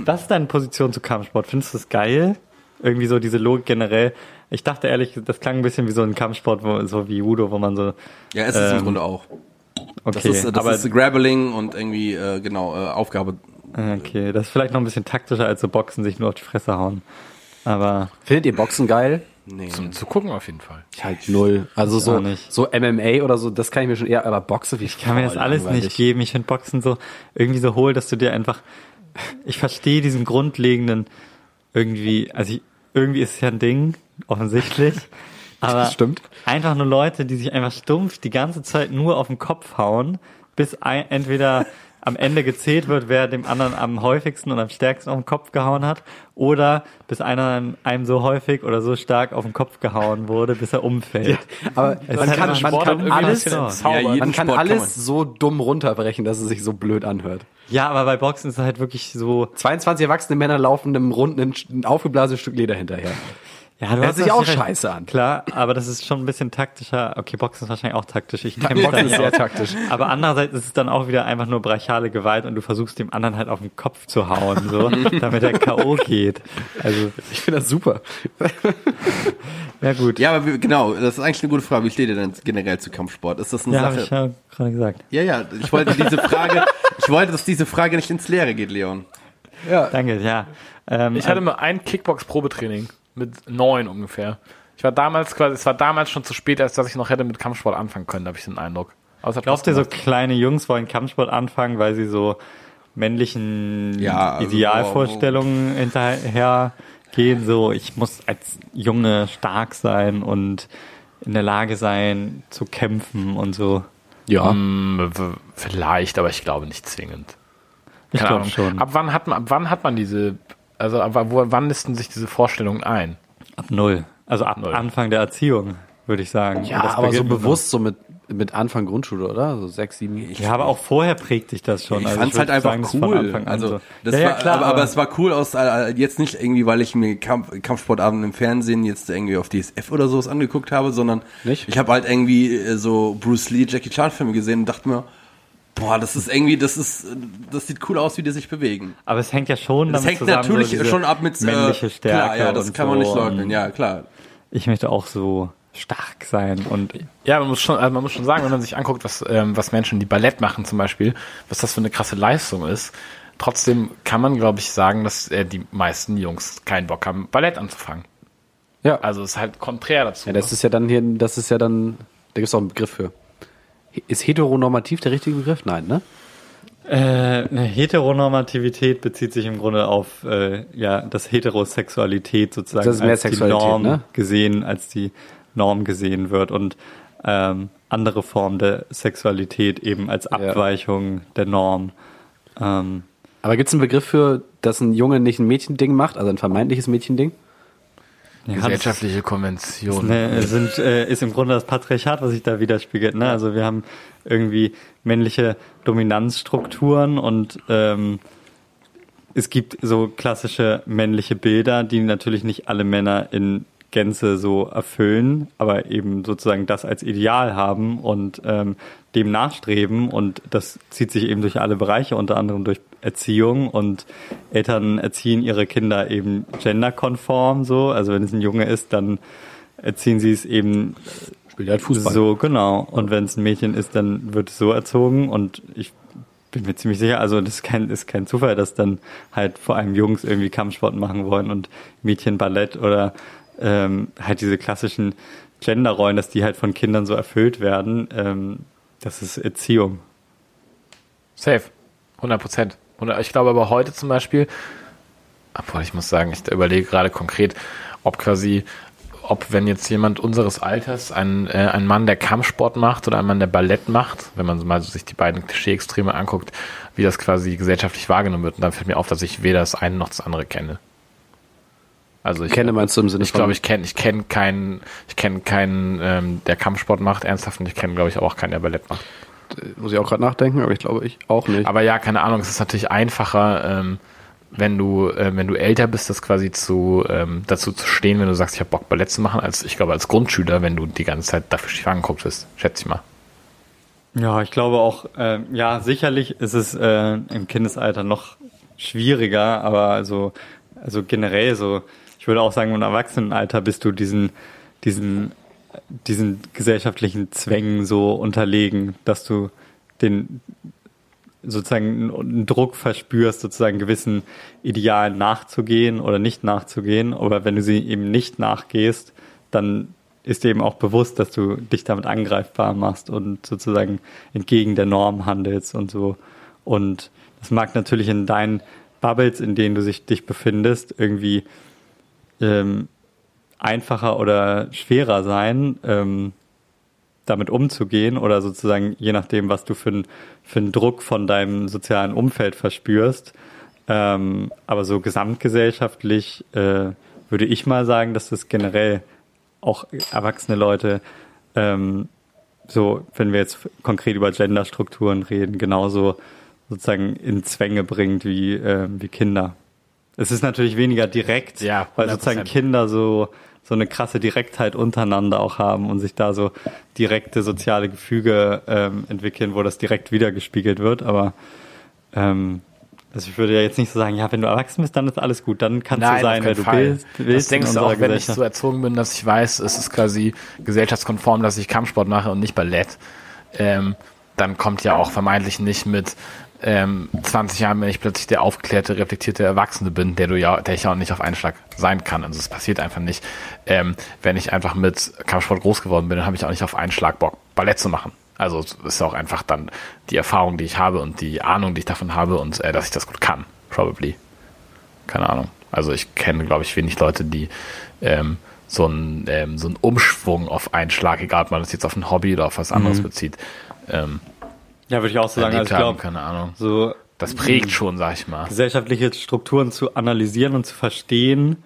B: Was ist deine Position zu Kampfsport? Findest du es geil? Irgendwie so diese Logik generell. Ich dachte ehrlich, das klang ein bisschen wie so ein Kampfsport, wo, so wie Judo, wo man so
A: Ja, es ist im
B: Ähm,
A: Grunde auch. Das
B: okay,
A: ist, äh, das
B: aber
A: ist Grabbling und irgendwie, äh, genau, äh, Aufgabe.
B: Ah, okay, das ist vielleicht noch ein bisschen taktischer als so Boxen, sich nur auf die Fresse hauen. Aber
D: findet ihr Boxen geil?
A: Nee.
C: Zum Zugucken auf jeden Fall.
D: Ich halt null. Also
B: auch
D: so,
B: nicht.
D: so MMA oder so, das kann ich mir schon eher, aber Boxen, ich
B: kann mir das alles nicht geben. Ich finde Boxen so irgendwie so hohl, dass du dir einfach. Ich verstehe diesen grundlegenden irgendwie, also ich, irgendwie ist es ja ein Ding, offensichtlich. Aber
D: [laughs] Das stimmt.
B: einfach nur Leute, die sich einfach stumpf die ganze Zeit nur auf den Kopf hauen, bis ein, entweder am Ende gezählt wird, wer dem anderen am häufigsten und am stärksten auf den Kopf gehauen hat, oder bis einer einem so häufig oder so stark auf den Kopf gehauen wurde, bis er umfällt.
D: Aber
B: Es
D: man
B: hat
D: kann,
B: im
D: man
B: Sport halt
D: kann
B: irgendwie
D: alles,
B: was genau.
A: Ja, jeden
D: man kann
A: Sport
D: alles
A: man.
D: so dumm runterbrechen, dass es sich so blöd anhört.
B: Ja, aber bei Boxen ist es halt wirklich so,
D: 22 erwachsene Männer laufen einem runden, ein aufgeblasenes Stück Leder
B: [laughs]
D: hinterher.
B: Ja, du
D: Hört
B: hast
D: sich
B: natürlich
D: auch
B: recht.
D: scheiße an.
B: Klar, aber das ist schon ein bisschen taktischer. Okay, Boxen ist wahrscheinlich auch taktisch. Ich kenne
D: Boxen ist sehr taktisch.
B: Aber andererseits ist es dann auch wieder einfach nur brachiale Gewalt und du versuchst dem anderen halt auf den Kopf zu hauen,
D: [laughs]
B: so, damit er K.O. geht. Also,
D: Ich finde
A: [laughs]
D: das super.
B: ja gut.
A: Ja, aber wir- genau, das ist eigentlich eine gute Frage. Wie steht ihr denn generell zu Kampfsport? Ist das eine
B: Ja, habe ich
A: Sache?
B: ja gerade gesagt.
A: Ja, ja, ich wollte diese Frage, ich wollte, dass diese Frage nicht ins Leere geht, Leon.
B: Danke, ja. Ähm,
C: Ich hatte mal ein Kickbox-Probetraining mit neun ungefähr. Ich war damals quasi, es war damals schon zu spät, als dass ich noch hätte mit Kampfsport anfangen können, habe ich den Eindruck. Aber es hat
B: Glaubt ihr,
C: Spaß
B: so
C: gemacht.
B: kleine Jungs wollen Kampfsport anfangen, weil sie so männlichen
A: Ja, also,
B: Idealvorstellungen hinterher gehen? So, ich muss als Junge stark sein und in der Lage sein zu kämpfen und so.
D: Ja.
B: Mm,
C: Hm, w- Vielleicht, aber ich glaube nicht zwingend.
B: Ich
C: Keine
B: glaube
C: Ahnung.
B: schon.
C: Ab wann hat man, ab wann hat man diese, also ab wann- wo, wann listen sich diese Vorstellungen ein?
B: Ab null. Also ab
C: Null.
B: Anfang der Erziehung, würde ich sagen.
D: Ja,
B: Und das
D: aber so
B: beginnt mit-
D: bewusst, so mit, mit Anfang Grundschule, oder? So sechs, sieben.
B: Ja, aber auch vorher prägt sich das schon.
A: Ich
B: Also
A: fand's
B: würd
A: halt einfach
B: sagen, es ist von
A: cool.
B: Anfang an
A: Also,
B: so.
A: das
B: ja,
A: war,
B: ja, klar.
A: aber, aber es war cool aus, äh, jetzt nicht irgendwie, weil ich mir Kampf, Kampfsportabend im Fernsehen jetzt irgendwie auf DSF oder sowas angeguckt habe, sondern
D: Nicht?
A: ich habe halt irgendwie äh, so Bruce Lee, Jackie Chan Filme gesehen und dachte mir, boah, das ist irgendwie, das ist, äh, das sieht cool aus, wie die sich bewegen.
B: Aber es hängt ja schon
A: Das hängt
B: damit zusammen,
A: natürlich
B: so diese
A: schon ab mit äh,
B: männliche Stärke.
A: Klar, ja, das
B: und
A: kann
B: so.
A: man nicht
B: Und
A: leugnen. Ja, klar.
B: Ich möchte auch so stark sein und
C: Ja, man muss schon, also man muss schon sagen, wenn man sich anguckt, was, ähm, was Menschen, die Ballett machen zum Beispiel, was das für eine krasse Leistung ist, Trotzdem kann man, glaube ich, sagen, dass äh, die meisten Jungs keinen Bock haben, Ballett anzufangen.
D: Ja.
C: Also es ist halt konträr dazu.
D: Ja, das ist ja dann hier, das ist ja dann, da gibt es auch einen Begriff für. Ist heteronormativ der richtige Begriff? Nein, ne?
B: Äh, ne, Heteronormativität bezieht sich im Grunde auf äh, ja, dass Heterosexualität sozusagen
D: Das ist mehr Sexualität,
B: die Norm
D: ne?
B: gesehen, als die Norm gesehen wird und ähm, andere Formen der Sexualität eben als Abweichung der Norm. Ähm,
D: Aber gibt es einen Begriff für, dass ein Junge nicht ein Mädchending macht, also ein vermeintliches Mädchending?
B: ja, das-
C: Gesellschaftliche Konvention.
B: Ne, es sind, äh, ist im Grunde das Patriarchat, was sich da widerspiegelt. Ne? Also wir haben irgendwie männliche Dominanzstrukturen und ähm, es gibt so klassische männliche Bilder, die natürlich nicht alle Männer in Gänze so erfüllen, aber eben sozusagen das als Ideal haben und ähm, dem nachstreben und das zieht sich eben durch alle Bereiche, unter anderem durch Erziehung und Eltern erziehen ihre Kinder eben genderkonform so, also wenn es ein Junge ist, dann erziehen sie es eben
D: Spielt halt Fußball.
B: so, genau. Und wenn es ein Mädchen ist, dann wird es so erzogen und ich bin mir ziemlich sicher, also das ist kein, ist kein Zufall, dass dann halt vor allem Jungs irgendwie Kampfsport machen wollen und Mädchen Ballett oder ähm, halt diese klassischen Genderrollen, dass die halt von Kindern so erfüllt werden. Ähm, das ist Erziehung.
C: Safe. 100 Prozent. Ich glaube aber heute zum Beispiel, obwohl ich muss sagen, ich überlege gerade konkret, ob quasi, ob wenn jetzt jemand unseres Alters, ein, äh, ein Mann, der Kampfsport macht oder ein Mann, der Ballett macht, wenn man so mal so sich die beiden Klischee-Extreme anguckt, wie das quasi gesellschaftlich wahrgenommen wird, und dann fällt mir auf, dass ich weder das eine noch das andere kenne. Also ich
D: Kenne meinst du im Sinne
C: ich glaube, ich kenne ich kenn keinen, ich kenne keinen, ähm, der Kampfsport macht, ernsthaft, und ich kenne, glaube ich, aber auch keinen, der Ballett macht.
D: muss ich auch gerade nachdenken, aber ich glaube, ich auch nicht.
C: Aber ja, keine Ahnung, es ist natürlich einfacher, ähm, wenn du, äh, wenn du älter bist, das quasi zu, ähm, dazu zu stehen, wenn du sagst, ich habe Bock, Ballett zu machen, als ich glaube, als Grundschüler, wenn du die ganze Zeit dafür schief angeguckt wirst, schätze ich mal.
B: Ja, ich glaube auch, ähm, ja, sicherlich ist es äh, im Kindesalter noch schwieriger, aber also, also generell so, ich würde auch sagen, im Erwachsenenalter bist du diesen, diesen, diesen gesellschaftlichen Zwängen so unterlegen, dass du den sozusagen einen Druck verspürst, sozusagen gewissen Idealen nachzugehen oder nicht nachzugehen. Aber wenn du sie eben nicht nachgehst, dann ist dir eben auch bewusst, dass du dich damit angreifbar machst und sozusagen entgegen der Norm handelst und so. Und das mag natürlich in deinen Bubbles, in denen du sich, dich befindest, irgendwie ähm, einfacher oder schwerer sein. Ähm, damit umzugehen oder sozusagen je nachdem, was du für, n- für einen Druck von deinem sozialen Umfeld verspürst. Ähm, aber so gesamtgesellschaftlich äh, würde ich mal sagen, dass das generell auch erwachsene Leute, ähm, so wenn wir jetzt konkret über Genderstrukturen reden, genauso sozusagen in Zwänge bringt wie, ähm, wie Kinder. Es ist natürlich weniger direkt,
C: Ja,
B: weil sozusagen
C: 100%.
B: Kinder so, so eine krasse Direktheit untereinander auch haben und sich da so direkte soziale Gefüge ähm, entwickeln, wo das direkt wiedergespiegelt wird. Aber ähm, also ich würde ja jetzt nicht so sagen, ja, wenn du erwachsen bist, dann ist alles gut, dann kannst du sein, wer du bist.
C: das
B: willst in
C: denkst du
B: unserer
C: auch, wenn ich
B: Gesellschaft.
C: so erzogen bin, dass ich weiß, es ist quasi gesellschaftskonform, dass ich Kampfsport mache und nicht Ballett, ähm, dann kommt ja auch vermeintlich nicht mit ähm, 20 Jahren, wenn ich plötzlich der aufgeklärte, reflektierte Erwachsene bin, der du ja, der ich ja auch nicht auf einen Schlag sein kann. Also es passiert einfach nicht. Ähm, wenn ich einfach mit Kampfsport groß geworden bin, dann habe ich auch nicht auf einen Schlag Bock, Ballett zu machen. Also es ist auch einfach dann die Erfahrung, die ich habe und die Ahnung, die ich davon habe und äh, dass ich das gut kann, probably keine Ahnung. Also ich kenne, glaube ich, wenig Leute, die ähm, so einen ähm, so einen Umschwung auf einen Schlag, egal ob man das jetzt auf ein Hobby oder auf was anderes bezieht, ähm,
B: Ja, würde ich auch so sagen,
C: erlebt
B: also ich
C: haben,
B: glaube,
C: keine Ahnung.
B: so
C: Das prägt schon, sag ich mal.
B: gesellschaftliche Strukturen zu analysieren und zu verstehen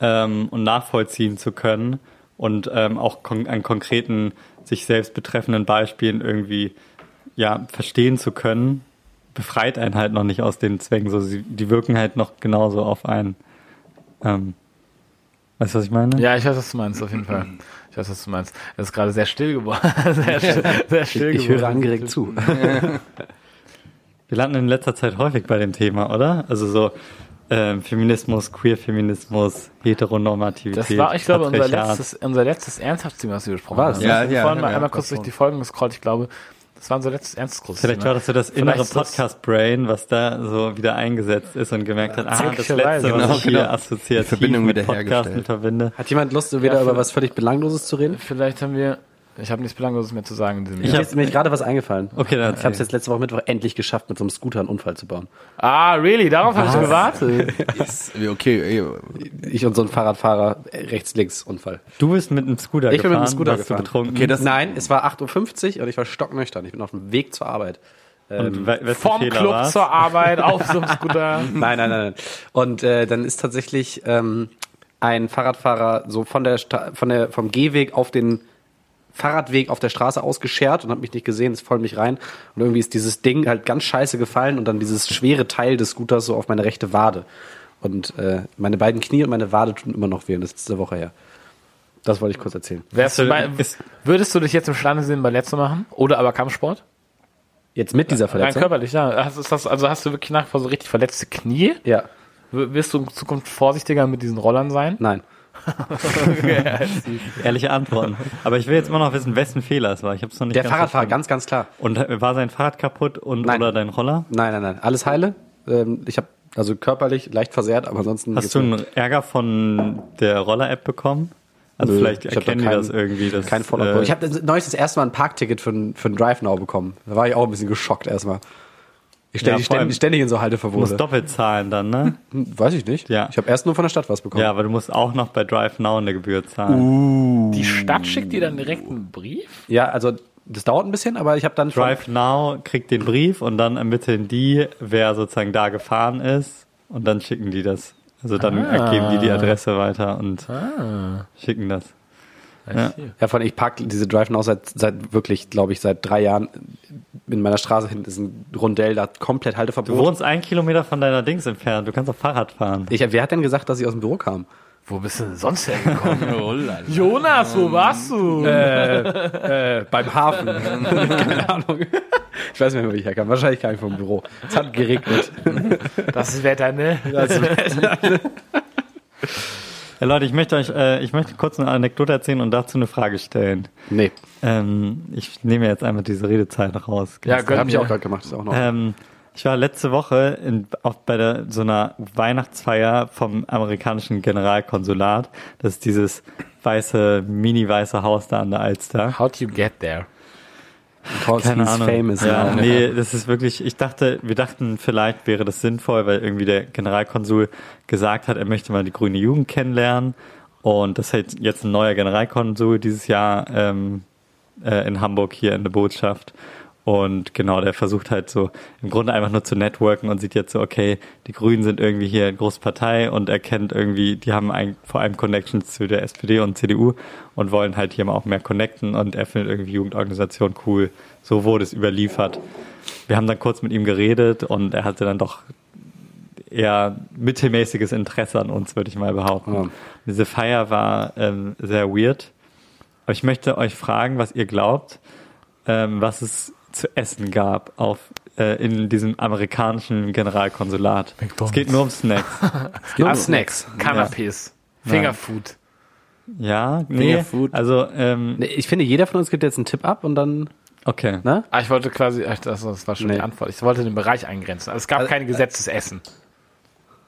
B: ähm, und nachvollziehen zu können und ähm, auch kon an konkreten, sich selbst betreffenden Beispielen irgendwie ja, verstehen zu können, befreit einen halt noch nicht aus den Zwängen. So, sie, die wirken halt noch genauso auf einen. Ähm, weißt du, was ich meine?
C: Ja, ich weiß, was du meinst, auf jeden Fall. Ich weiß, was du meinst. Es ist gerade sehr still geworden. [laughs] sehr, still, sehr still
D: ich höre angeregt zu.
B: Wir landen in letzter Zeit häufig bei dem Thema, oder? Also so ähm, Feminismus, Queer-Feminismus, Heteronormativität.
C: Das war, ich glaube, unser
B: Patriarchat.
C: letztes, unser letztes ernsthaftes Thema, was wir besprochen
D: War's?
C: haben.
A: Ja,
C: wir
A: ja,
C: vorhin
A: ja,
C: mal
A: ja,
C: einmal kurz
B: das
C: durch
B: war-
C: die Folgen gescrollt. Ich glaube, Das war unser letztes ernstes großes
B: Vielleicht war das so das innere
C: ist das-
B: Podcast-Brain, was da so wieder eingesetzt ist und gemerkt hat, ah, das
C: Möglicherweise.
B: letzte, was ich
A: Genau,
B: hier
A: genau.
B: assoziativ
A: Die Verbindung
B: mit
A: wieder
B: Podcasten
A: hergestellt.
B: verbinde.
D: [laughs] Hat jemand Lust, wieder
C: Ja,
D: über
C: für-
D: was völlig Belangloses zu reden?
C: Vielleicht haben wir. Ich habe nichts Belangloses mehr zu sagen in diesem
D: Ich
C: Jahr.
D: mir ist mir gerade was eingefallen.
B: Okay, dann
D: Ich habe es jetzt letzte Woche Mittwoch endlich geschafft, mit so einem Scooter einen Unfall zu bauen.
C: Ah, really? Darauf habe ich gewartet.
A: Ist, okay, ey,
D: Ich und so ein Fahrradfahrer äh, rechts links Unfall.
B: Du bist mit einem Scooter
D: Ich bin
B: gefahren,
D: mit dem Scooter
B: warst
D: gefahren.
B: du betrunken.
A: Okay, das-
D: Nein, es war 8.50 Uhr und ich war stocknüchtern. Ich bin auf dem Weg zur Arbeit.
B: und ähm, we- wessen
C: Vom
B: Fehler
C: Club
B: war's?
C: zur Arbeit, auf so einem Scooter.
D: Nein, nein, nein. nein. Und äh, dann ist tatsächlich ähm, ein Fahrradfahrer so von der, Sta- von der vom Gehweg auf den Fahrradweg auf der Straße ausgeschert und hat mich nicht gesehen, ist voll in mich rein. Und irgendwie ist dieses Ding halt ganz scheiße gefallen und dann dieses schwere Teil des Scooters so auf meine rechte Wade. Und äh, meine beiden Knie und meine Wade tun immer noch weh. Und das ist eine Woche her. Das wollte ich kurz erzählen.
C: Wärst du
B: Ist-
C: bei, würdest du dich jetzt imstande sehen, Ballett zu machen? Oder aber Kampfsport?
D: Jetzt mit dieser
C: Rein
D: Verletzung?
C: körperlich, ja. Hast, ist das, also hast du wirklich nach wie vor so richtig verletzte Knie?
D: Ja,
C: W- Wirst du in Zukunft vorsichtiger mit diesen Rollern sein?
D: nein.
B: Ehrliche Antworten. Aber ich will jetzt immer noch wissen, wessen Fehler es war. Ich habe es noch nicht
D: Der
B: ganz
D: Fahrradfahrer,
B: verstanden.
D: ganz, ganz klar.
B: Und äh, war sein Fahrrad kaputt und
D: Nein.
B: oder dein Roller?
D: Nein, nein, nein. Alles heile. Ähm, ich habe also körperlich leicht versehrt, aber ansonsten. geht's
B: Hast du
D: mir-
B: einen Ärger von der Roller-App bekommen? Also
D: Nö,
B: vielleicht
D: ich hab da
B: erkennen die
D: keinen-
B: das irgendwie. Dass, äh,
D: Kein Follow-up. ich habe neulich das erste Mal ein Parkticket für ein, für ein Drive Now bekommen. Da war ich auch ein bisschen geschockt erstmal. Ich
B: Ja,
D: stelle ja,
B: vor allem-
D: ständig, ständig in so
B: muss
D: Halteverbote.
B: doppelt zahlen dann,
D: [laughs]
B: ne?
D: Hm, Weiß ich nicht.
B: Ja.
D: Ich habe erst nur von der Stadt was bekommen.
B: ja, aber du musst auch noch bei Drive Now eine Gebühr zahlen.
D: Uh.
C: Die Stadt schickt dir dann direkt einen Brief?
D: Ja, also das dauert ein bisschen, aber ich habe dann von-
B: Drive Now kriegt den Brief und dann ermitteln die, wer sozusagen da gefahren ist und dann schicken die das. Also dann
D: Ah.
B: ergeben die die Adresse weiter und schicken das. Ja.
D: ja, von ich park diese Drive Now seit, seit wirklich, glaube ich, seit drei Jahren in meiner Straße hinten ist ein Rundell, da hat komplett
B: Du
D: Halteverbot.
B: wohnst einen Kilometer von deiner Dings entfernt. Du kannst auch Fahrrad fahren.
D: Ich, wer hat denn gesagt, dass ich aus dem Büro kam?
C: Wo bist du denn sonst hergekommen? Jonas, wo warst du?
B: Äh,
D: Beim Hafen. [laughs] Keine Ahnung. Ich weiß nicht mehr, wo ich herkam. Wahrscheinlich kam ich vom Büro. Es hat geregnet.
C: Das Wetter, ne?
B: Ja, Leute, ich möchte euch, äh, ich möchte kurz eine Anekdote erzählen und dazu eine Frage stellen.
D: Nee,
B: Ähm, ich nehme jetzt einmal diese Redezeit raus.
C: gönn
D: habe ich
C: mir.
D: auch gerade gemacht. Ist auch noch.
B: Ähm, ich war letzte Woche in, auf, bei der, so einer Weihnachtsfeier vom amerikanischen Generalkonsulat. Das ist dieses weiße, mini-weiße Haus da an der Alster.
C: How do you get there?
D: Because
B: Keine Ahnung.
D: famous. genau.
B: ja,
D: now.
B: nee, das ist wirklich, ich dachte, wir dachten, vielleicht wäre das sinnvoll, weil irgendwie der Generalkonsul gesagt hat, er möchte mal die grüne Jugend kennenlernen. Und das hat jetzt ein neuer Generalkonsul dieses Jahr ähm, äh, in Hamburg hier in der Botschaft. Und genau, der versucht halt so im Grunde einfach nur zu networken und sieht jetzt so, okay, die Grünen sind irgendwie hier eine große Partei und erkennt irgendwie, die haben ein, vor allem Connections zu der SPD und CDU und wollen halt hier mal auch mehr connecten und er findet irgendwie Jugendorganisation cool. So wurde es überliefert. Wir haben dann kurz mit ihm geredet und er hatte dann doch eher mittelmäßiges Interesse an uns, würde ich mal behaupten.
D: Ja.
B: Diese Feier war ähm, sehr weird. Aber ich möchte euch fragen, was ihr glaubt, ähm, was es zu essen gab auf, äh, in diesem amerikanischen Generalkonsulat.
C: McDonald's.
B: Es geht nur um
C: [laughs]
B: Snacks.
D: Nur
C: Ah,
D: Snacks.
C: Canapés. Fingerfood.
B: Ja, nee.
A: Fingerfood.
B: Also, ähm,
D: Nee, Ich finde, jeder von uns gibt jetzt einen Tipp ab und dann.
B: okay.
D: Ne?
C: Ah, ich wollte quasi, ach, das, das war schon
D: Nee.
C: die Antwort. Ich wollte den Bereich eingrenzen. Also es gab kein gesetztes Essen.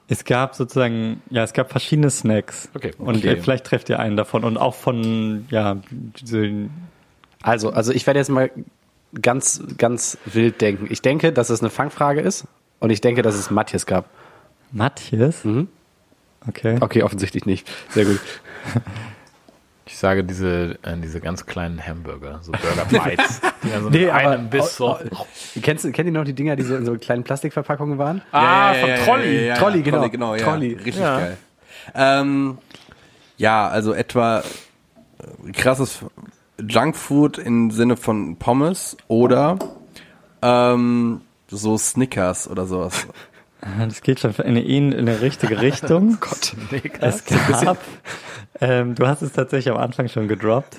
B: Es gab sozusagen, ja, es gab verschiedene Snacks.
C: Okay.
B: Und
C: Okay.
B: ihr, vielleicht trefft ihr einen davon und auch von, ja, diese,
D: Also, also ich werde jetzt mal ganz, ganz wild denken. Ich denke, dass es eine Fangfrage ist und ich denke, dass es Matthias gab.
B: Matthias. Okay.
D: Okay, offensichtlich nicht. Sehr gut.
C: Ich sage diese, äh, diese ganz kleinen Hamburger, so [laughs] Burger Bites. die dann so
D: Nee,
C: mit
D: aber-
C: einem Biss
B: Oh,
C: so.
D: Kennst, du- kennt ihr noch die Dinger, die so in so kleinen Plastikverpackungen waren?
C: Ah,
A: Ja, ja,
C: von
A: ja,
C: Trolli.
A: ja, ja, ja,
D: Trolli, genau.
A: Trolli, genau. Ja.
D: Trolli.
A: Richtig
C: Ja.
A: geil. Ähm, ja, also etwa äh, krasses Junkfood im Sinne von Pommes oder ähm, so Snickers oder sowas.
B: Das geht schon in eine, ähn- in eine richtige Richtung. Es gab, ähm, du hast es tatsächlich am Anfang schon gedroppt.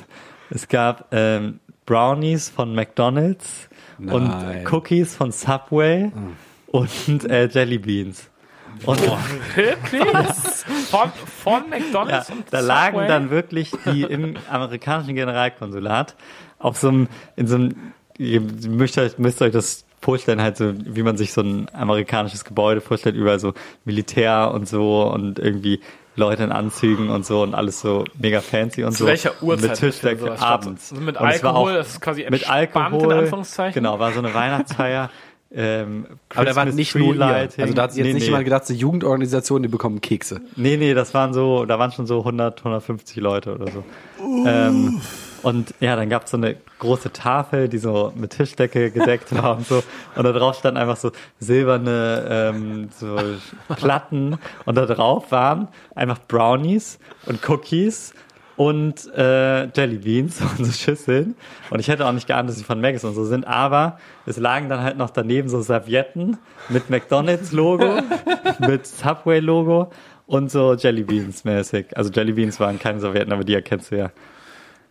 B: Es gab ähm, Brownies von McDonald's
D: Nein.
B: und Cookies von Subway und äh, Jelly Beans. Und
C: Wirklich? Von, von
B: ja,
C: McDonalds und
B: da lagen
C: Subway?
B: dann wirklich die im amerikanischen Generalkonsulat auf so einem, in so einem ihr müsst euch, müsst euch das vorstellen, halt so, wie man sich so ein amerikanisches Gebäude vorstellt, überall so Militär und so und irgendwie Leute in Anzügen und so und alles so mega fancy und
C: Zu
B: so.
C: welcher Uhrzeit
B: Mit
C: findet
B: Tischdecken
C: sowas statt?
B: abends.
C: Also mit
B: Und es war
C: Alkohol, das ist quasi
B: mit
C: entspannt, in
B: Alkohol,
C: Anführungszeichen?
B: Genau, war so eine Weihnachtsfeier. ähm,
D: Aber da war
B: Christmas
D: nicht
B: Tree
D: nur ihr.
B: Lighting.
D: Also da hat sich jetzt
B: Nee,
D: nicht
B: nee.
D: jemand gedacht, die Jugendorganisation, die bekommen Kekse.
B: Nee, nee, das waren so, da waren schon so 100, 150 Leute oder so. Ähm, und ja, dann gab's so eine große Tafel, die so mit Tischdecke gedeckt war und so. Und da drauf standen einfach so silberne ähm, so Platten. Und da drauf waren einfach Brownies und Cookies und äh, Jellybeans [laughs] und so Schüsseln. Und ich hätte auch nicht geahnt, dass sie von Maggis und so sind, aber es lagen dann halt noch daneben so Servietten mit McDonalds-Logo, mit Subway-Logo und so Jellybeans-mäßig. Also Jellybeans waren keine Servietten, aber die erkennst du ja.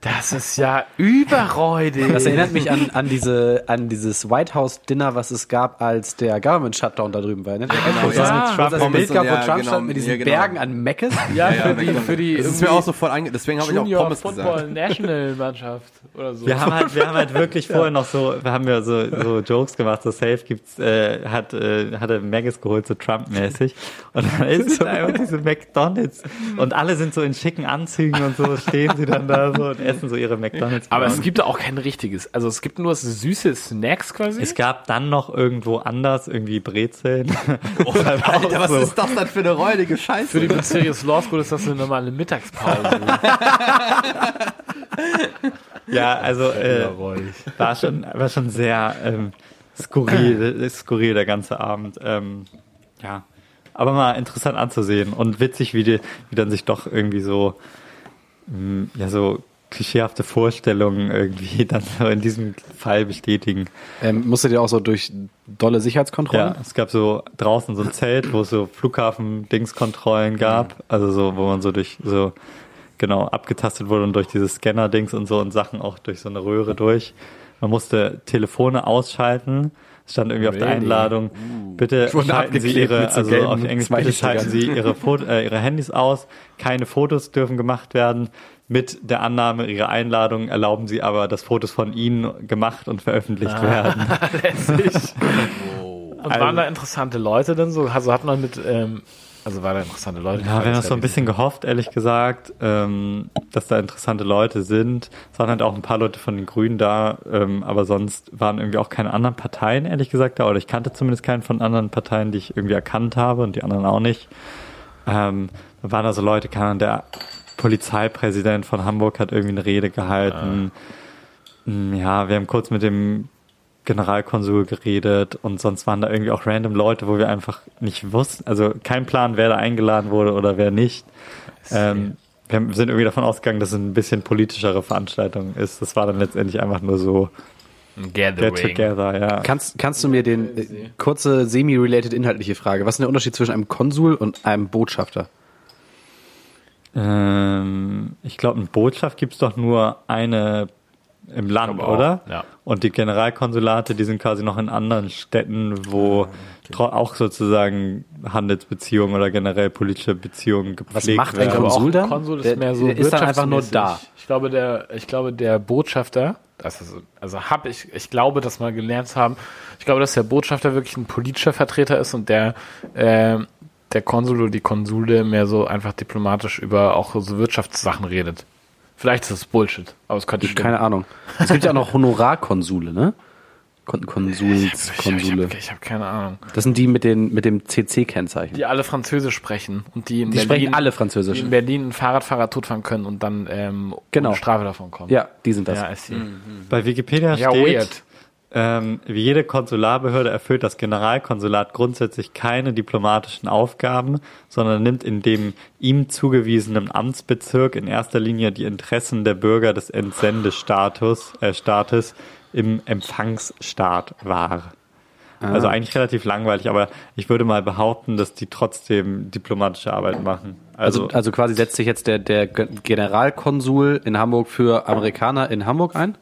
C: Das ist ja überräudig.
D: Das erinnert mich an, an, diese, an dieses White House Dinner, was es gab, als der Government Shutdown da drüben war. Ne?
A: genau,
D: Das
A: ja.
D: ist
A: Mit Trump
D: das Bild
A: Pommes und-
D: gab, wo
A: ja,
D: Trump
A: genau,
D: stand mit diesen
A: ja, genau.
D: Bergen an Meckes.
C: ja, für
A: ja, genau.
C: die, für die
A: das ist mir
C: irgendwie
A: auch so voll ange... Deswegen habe ich auch
C: Junior
A: Pommes
C: Football
A: gesagt.
C: National Mannschaft oder so.
B: Wir haben halt, wir haben halt
A: [laughs]
B: wirklich vorher noch so, wir haben ja so, so Jokes gemacht, so safe gibt's, äh, hat, äh, hat er Maggis geholt, so Trump-mäßig. Und
A: [laughs]
B: dann ist so einfach diese McDonalds. Und alle sind so in schicken Anzügen und so, stehen sie dann da so und essen so ihre McDonalds.
C: Aber es gibt da auch kein richtiges. Also es gibt nur süße Snacks quasi.
B: es gab dann noch irgendwo anders irgendwie Brezeln.
A: Oh,
B: [laughs]
A: Alter, was ist das denn für eine räudige
C: für die
A: Scheiße?
C: Pizzeria Law School ist das eine normale Mittagspause.
B: Ja, also äh, war schon, war schon sehr ähm, skurril, skurril der ganze Abend. Ähm, ja, aber mal interessant anzusehen und witzig, wie, die, wie dann sich doch irgendwie so mh, ja so klischeehafte Vorstellungen irgendwie [laughs] dann so in diesem Fall bestätigen.
D: Ähm, musstet ihr auch so durch dolle Sicherheitskontrollen?
B: Ja, es gab so draußen so ein Zelt, wo es so Flughafen-Dingskontrollen gab,
D: Mhm.
B: also so, wo man so durch so genau abgetastet wurde und durch diese Scanner-Dings und so und Sachen auch durch so eine Röhre durch. Man musste Telefone ausschalten. Es stand irgendwie auf der
C: Really?
B: Einladung, bitte
D: Wurden
B: schalten Sie
D: Uh. abgeklebt
B: Ihre,
D: mit so
B: also
D: gelben
B: auf Englisch, bitte
D: Smileys
B: schalten Sie Ihre, Foto, äh, Ihre Handys aus, keine Fotos dürfen gemacht werden. Mit der Annahme Ihrer Einladung erlauben Sie aber, dass Fotos von Ihnen gemacht und
D: Ah.
B: veröffentlicht werden.
C: Letztlich. Und waren da interessante Leute dann so? Also hat man mit, ähm, also waren da interessante Leute?
B: Ja, wir haben das so ein bisschen gehofft, ehrlich gesagt, ähm, dass da interessante Leute sind. Es waren halt auch ein paar Leute von den Grünen da, ähm, aber sonst waren irgendwie auch keine anderen Parteien, ehrlich gesagt, da. Oder ich kannte zumindest keinen von anderen Parteien, die ich irgendwie erkannt habe und die anderen auch nicht. Ähm, da waren also Leute, keine Ahnung, der Polizeipräsident von Hamburg hat irgendwie eine Rede gehalten. Mm, Ja, wir haben kurz mit dem Generalkonsul geredet und sonst waren da irgendwie auch random Leute, wo wir einfach nicht wussten, also kein Plan, wer da eingeladen wurde oder wer nicht. Ähm, wir haben- sind irgendwie davon ausgegangen, dass es ein bisschen politischere Veranstaltung ist. Das war dann letztendlich einfach nur so Get
C: Gathering.
B: Together, ja.
D: Kannst, kannst du mir den äh, kurze semi-related inhaltliche Frage, was ist der Unterschied zwischen einem Konsul und einem Botschafter?
B: Ähm, ich glaube, eine Botschaft gibt es doch nur eine im Land,
C: glaube auch,
B: oder?
C: ja.
B: Und die Generalkonsulate, die sind quasi noch in anderen Städten, wo
C: Ah,
B: tro- auch sozusagen Handelsbeziehungen oder generell politische Beziehungen gepflegt
D: Was macht ein
B: werden.
D: Konsul? Konsul dann?
C: Konsul ist
D: Der-
C: mehr so
D: der ist dann einfach nur da.
C: wirtschaftsmäßig. Ich glaube, der, ich glaube, der Botschafter, das ist, also habe ich, ich glaube, dass wir gelernt haben, ich glaube, dass der Botschafter wirklich ein politischer Vertreter ist und der, ähm, der Konsul oder die Konsule mehr so einfach diplomatisch über auch so Wirtschaftssachen redet. Vielleicht ist das Bullshit, aber es könnte stimmen.
D: Keine Ahnung. Es gibt ja auch noch Honorarkonsule, ne? Kon Konsuls,
C: Ich habe
D: Konsule.
C: ich hab keine Ahnung.
D: Das sind die mit, den, mit dem CC-Kennzeichen.
C: Die alle Französisch sprechen und die in
D: Die
C: Berlin,
D: sprechen alle
C: die
D: Französisch.
C: in Berlin einen Fahrradfahrer totfahren können und dann ähm,
D: Genau.
C: ohne Strafe davon kommen.
D: Ja, die sind das.
C: Ja, I see.
B: Bei Wikipedia
C: Ja,
B: steht,
C: weird.
B: Ähm, wie jede Konsularbehörde erfüllt das Generalkonsulat grundsätzlich keine diplomatischen Aufgaben, sondern nimmt in dem ihm zugewiesenen Amtsbezirk in erster Linie die Interessen der Bürger des Entsendestatus äh, Staates im Empfangsstaat wahr. Also eigentlich relativ langweilig, aber ich würde mal behaupten, dass die trotzdem diplomatische Arbeit machen.
D: Also, also quasi setzt sich jetzt der, der Ge- Generalkonsul in Hamburg für Amerikaner in Hamburg ein?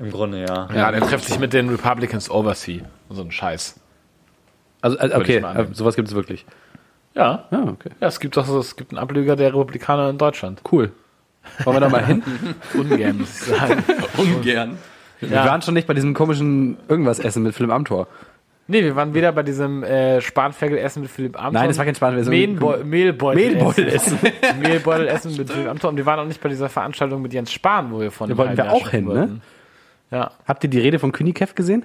B: im Grunde ja.
C: Ja, der trifft sich mit den Republicans Oversea. So ein Scheiß.
D: Also, äh, okay,
C: ich mal annehmen.
D: äh, sowas gibt es wirklich.
C: Ja.
D: Ja, Ah, okay.
C: Ja, es gibt doch so- es gibt einen Ableger der Republikaner in Deutschland.
D: Cool. Wollen wir da mal hin? [laughs]
C: Ungern, muss ich sagen.
A: Ungern.
D: Wir waren schon nicht bei diesem komischen Irgendwas-Essen mit Philipp Amthor.
C: Nee, wir waren weder bei diesem äh, Spanferkel-Essen mit Philipp Amthor.
D: Nein, das war kein Spanferkel, das war
C: Mehlbeu Mehlbeutel.
D: Mehlbeutel-Essen.
C: [laughs] Mehlbeutel-Essen mit Philipp Amthor. Und wir waren auch nicht bei dieser Veranstaltung mit Jens Spahn, wo wir von
D: Da wollten wir auch hin, ne?
C: Ja,
D: Habt ihr die Rede von Künikev gesehen?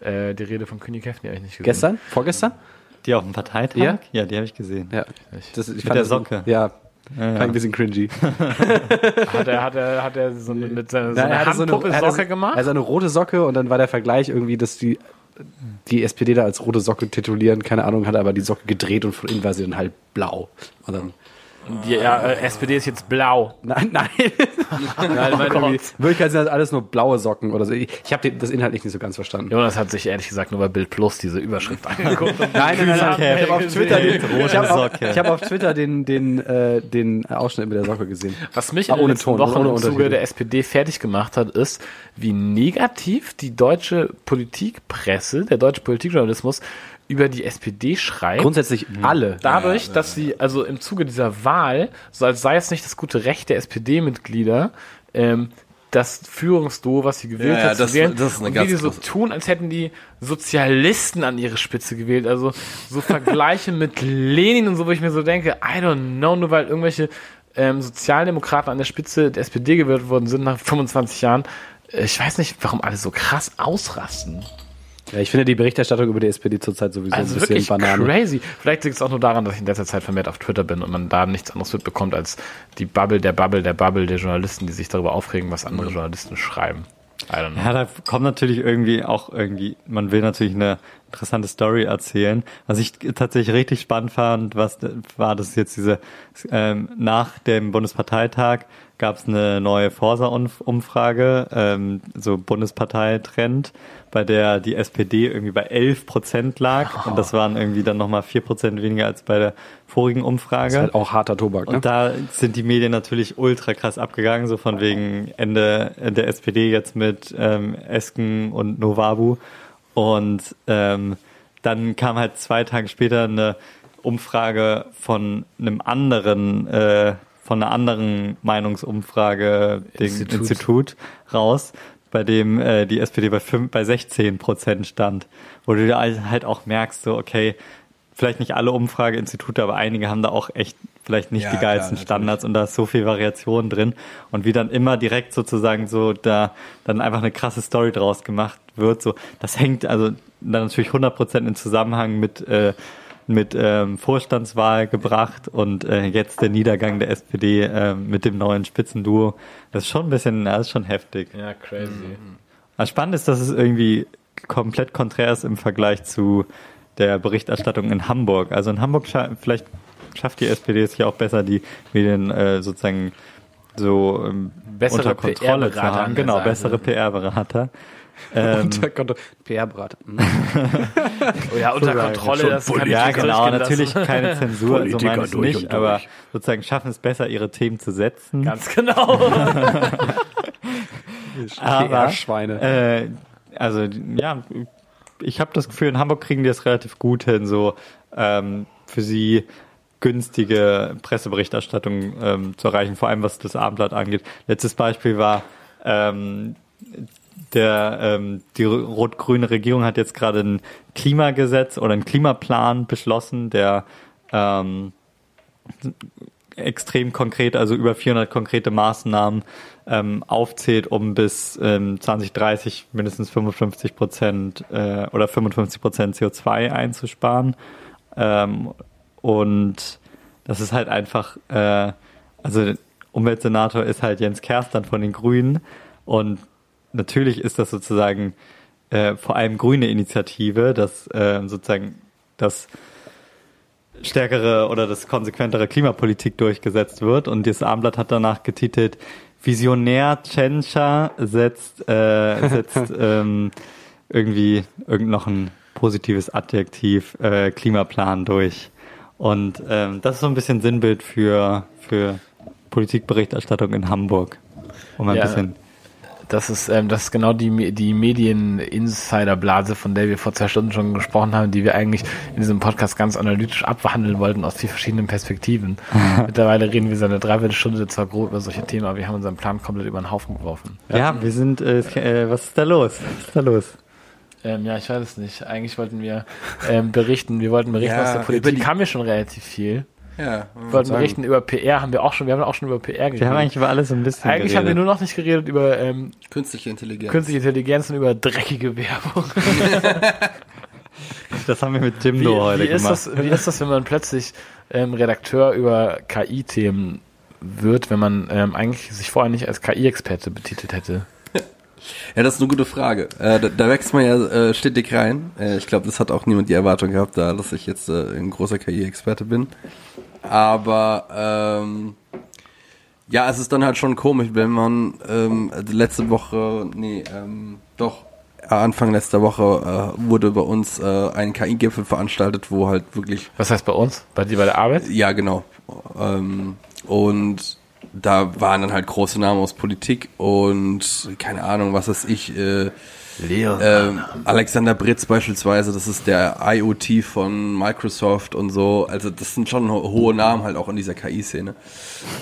C: äh, die Rede von König Hefner habe ich nicht gesehen.
D: Gestern? Vorgestern?
B: Die auf dem Parteitag?
D: Ja.
B: Ja, die habe ich gesehen.
D: Ja. Das, ich
B: der
D: das-
B: Socke.
D: Ja.
B: Ja,
D: Fand ein bisschen cringy.
C: Hat er, hat er, hat er so eine, mit seiner so
D: Ja,
C: einer
D: er hatte so eine-
C: Handpuppe
D: er hatte-
C: Socke gemacht?
D: Also eine rote Socke und dann war der Vergleich irgendwie, dass die, die SPD da als rote Socke titulieren, keine Ahnung, hat aber die Socke gedreht und von innen war sie dann halt blau. Und dann, [laughs]
C: Die ja, äh, SPD ist jetzt blau. [laughs]
D: nein, nein.
C: Nein, mein
D: Also, Irgendwie,
C: Oh Gott.
D: in Wirklichkeit sind das alles nur blaue Socken oder so. Ich, ich habe das inhaltlich nicht so ganz verstanden.
C: Jonas hat sich ehrlich gesagt nur bei Bild Plus diese
D: [laughs]
C: Überschrift angeguckt.
D: Nein, nein, nein, nein. Ich habe auf Twitter, den,
B: Rote
D: ich hab auf,
B: Socke.
D: ich hab auf Twitter den, den, äh, den Ausschnitt mit der Socke gesehen.
C: Was mich
D: Ah,
C: in den
D: ohne
C: letzten
D: Ton,
C: Wochen
D: ohne
C: im Zuge
D: Untertitel.
C: der SPD fertig gemacht hat, ist, wie negativ die deutsche Politikpresse, der deutsche Politikjournalismus über die SPD schreibt.
D: Grundsätzlich
C: Mhm.
D: alle.
C: dadurch, dass sie also im Zuge dieser Wahl, so als sei es nicht das gute Recht der SPD-Mitglieder, ähm, das Führungsduo, was sie
A: Ja,
C: gewählt
A: ja,
C: hat, zu
A: das-
C: wählen,
A: das ist eine
C: und
A: ganz
C: wie die so
A: große-
C: tun, als hätten die Sozialisten an ihre Spitze gewählt. Also so Vergleiche [laughs] mit Lenin und so, wo ich mir so denke, I don't know, nur weil irgendwelche ähm, Sozialdemokraten an der Spitze der SPD gewählt worden sind nach 25 Jahren. Äh, Ich weiß nicht, warum alle so krass ausrasten.
D: Ja, ich finde die Berichterstattung über die SPD zurzeit sowieso
C: Also
D: ein bisschen
C: wirklich
D: Banane.
C: crazy. Vielleicht liegt es auch nur daran, dass ich in letzter Zeit vermehrt auf Twitter bin und man da nichts anderes mitbekommt als die Bubble der Bubble der Bubble der Journalisten, die sich darüber aufregen, was andere Journalisten schreiben. I don't know.
B: Ja, da kommt natürlich irgendwie auch irgendwie, man will natürlich eine interessante Story erzählen. Was ich tatsächlich richtig spannend fand, was war das jetzt diese, ähm, nach dem Bundesparteitag gab es eine neue Forsa-Umfrage, ähm, so Bundesparteitrend, bei der die SPD irgendwie bei 11 Prozent lag und das waren irgendwie dann nochmal 4 Prozent weniger als bei der vorigen Umfrage.
D: Das ist halt auch harter Tobak, ne?
B: Und da sind die Medien natürlich ultra krass abgegangen, so von wegen Ende der SPD jetzt mit ähm, Esken und Novabu. Und ähm, dann kam halt zwei Tage später eine Umfrage von einem anderen, äh, von einer anderen Meinungsumfrage, dem
C: Institut.
B: Institut, raus, bei dem äh, die SPD bei, fünf, bei 16 Prozent stand, wo du dir halt auch merkst, so okay, vielleicht nicht alle Umfrageinstitute, aber einige haben da auch echt vielleicht nicht
A: Ja,
B: die
A: klar,
B: geilsten
A: natürlich.
B: Standards und da ist so viel Variation drin und wie dann immer direkt sozusagen so da dann einfach eine krasse Story draus gemacht wird, so das hängt also dann natürlich 100% in Zusammenhang mit äh, mit ähm, Vorstandswahl gebracht und äh, jetzt der Niedergang der SPD ähm, mit dem neuen Spitzenduo. Das ist schon ein bisschen, das ist schon heftig.
C: Ja, crazy.
B: Was Ah, spannend ist, dass es irgendwie komplett konträr ist im Vergleich zu der Berichterstattung in Hamburg. Also in Hamburg scha vielleicht schafft die SPD es ja auch besser, die Medien äh, sozusagen so ähm,
C: Bessere
B: unter Kontrolle zu
C: PR-Berater an
B: haben.
C: der
B: Genau,
C: Seite.
B: bessere PR-berater.
D: Unter Konto- PR-Berater.
C: Oh ja, unter Kontrolle, das kann ich
B: Ja,
C: nicht
B: genau,
C: durchgehen
B: natürlich
C: lassen. [laughs]
B: keine Zensur, so
D: Politiker
B: meine ich
D: durch
B: nicht,
D: und durch.
B: aber sozusagen schaffen es besser, ihre Themen zu setzen.
C: Ganz genau.
B: aber
D: Schweine.
B: äh, also ja, ich habe das Gefühl, in Hamburg kriegen die das relativ gut hin, so ähm, für sie günstige Presseberichterstattung ähm, zu erreichen, vor allem was das Abendblatt angeht. Letztes Beispiel war ähm, der, ähm, die r- rot-grüne Regierung hat jetzt gerade ein Klimagesetz oder einen Klimaplan beschlossen, der ähm, extrem konkret, also über 400 konkrete Maßnahmen ähm, aufzählt, um bis ähm, 2030 mindestens 55 Prozent äh, oder 55 Prozent CO2 einzusparen. Ähm, und das ist halt einfach, äh, also der Umweltsenator ist halt Jens Kerstern von den Grünen und natürlich ist das sozusagen äh, vor allem grüne Initiative, dass äh, sozusagen das stärkere oder das konsequentere Klimapolitik durchgesetzt wird. Und das Armblatt hat danach getitelt, Visionär Tschentscher setzt, äh,
C: [laughs]
B: setzt ähm, irgendwie irgend noch ein positives Adjektiv äh, Klimaplan durch. Und ähm, das ist so ein bisschen Sinnbild für, für Politikberichterstattung in Hamburg. Um ein
C: Ja.
B: bisschen
C: Das ist, ähm, das ist genau die, die Medien-Insider-Blase, von der wir vor zwei Stunden schon gesprochen haben, die wir eigentlich in diesem Podcast ganz analytisch abhandeln wollten aus vier verschiedenen [laughs] Perspektiven. Mittlerweile reden wir seit einer Dreiviertelstunde zwar grob über solche Themen, aber wir haben unseren Plan komplett über den Haufen geworfen.
B: Ja, wir sind, äh, äh, was ist da los? Was ist da los?
C: Ähm, ja, ich weiß es nicht. Eigentlich wollten wir ähm, berichten, wir wollten berichten
A: Ja,
C: aus der
A: über
C: Politik,
A: die-
C: haben wir schon relativ viel.
A: Ja,
C: Wir wollten berichten über PR, haben wir auch schon, wir haben auch schon über PR geredet.
B: Wir haben eigentlich über alles so ein bisschen
C: Mhm. Eigentlich haben wir
B: geredet.
C: nur noch nicht geredet über ähm,
A: künstliche Intelligenz.
C: künstliche Intelligenz und über dreckige Werbung.
B: [laughs] das haben wir mit Jimdo heute
C: wie, ist
B: gemacht.
C: das, wie ist das, wenn man plötzlich ähm, Redakteur über KI-Themen wird, wenn man ähm, eigentlich sich vorher nicht als KI-Experte betitelt hätte?
A: Ja, das ist eine gute Frage. Äh, da, da wächst man ja äh, stetig rein. Äh, ich glaube, das hat auch niemand die Erwartung gehabt, da, dass ich jetzt äh, ein großer KI-Experte bin. Aber ähm, ja, es ist dann halt schon komisch, wenn man ähm, also letzte Woche, nee, ähm, doch äh, Anfang letzter Woche äh, wurde bei uns äh, ein KI-Gipfel veranstaltet, wo halt wirklich
C: Was heißt bei uns? Bei dir bei der Arbeit?
A: ja, genau. Ähm, und da waren dann halt große Namen aus Politik und keine Ahnung, was weiß ich. Äh, ähm, Alexander Britz beispielsweise, das ist der IoT von Microsoft und so. Also das sind schon ho hohe Namen halt auch in dieser KI-Szene.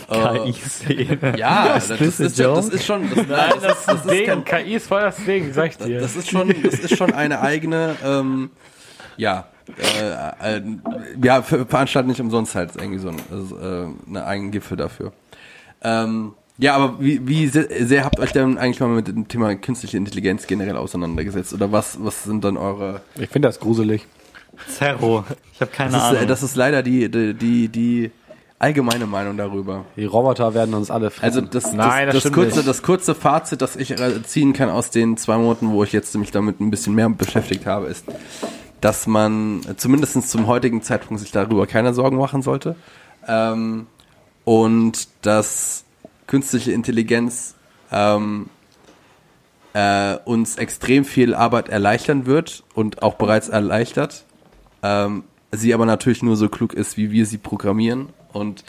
C: Oh.
B: KI-Szene.
A: [laughs] Ja, das,
B: this a
A: ist, ja- das
B: joke?
A: ist schon. Das, nein, das, das, ist kein,
C: KI ist voll das Ding, sag ich dir.
A: das ist schon, das ist schon eine eigene. Ähm, ja, äh, äh, ja, ver- veranstalten nicht umsonst halt irgendwie so ein, äh, eine eigenen Gipfel dafür. Ähm, ja, aber wie, wie se- sehr habt euch denn eigentlich mal mit dem Thema künstliche Intelligenz generell auseinandergesetzt? Oder was, was sind dann eure
D: Ich finde das gruselig.
B: Zerro. Ich habe keine
A: Das ist,
B: Ahnung.
A: äh, das ist leider die, die, die, die allgemeine Meinung darüber.
D: Die Roboter werden uns alle fressen.
A: Also das,
C: Nein, das
A: das, das,
C: stimmt
A: kurze,
C: nicht.
A: das kurze Fazit, das ich äh, ziehen kann aus den zwei Monaten, wo ich jetzt mich damit ein bisschen mehr beschäftigt habe, ist, dass man zumindest zum heutigen Zeitpunkt sich darüber keine Sorgen machen sollte. Ähm, und dass künstliche Intelligenz ähm, äh, uns extrem viel Arbeit erleichtern wird und auch bereits erleichtert. Ähm, sie aber natürlich nur so klug ist, wie wir sie programmieren. Und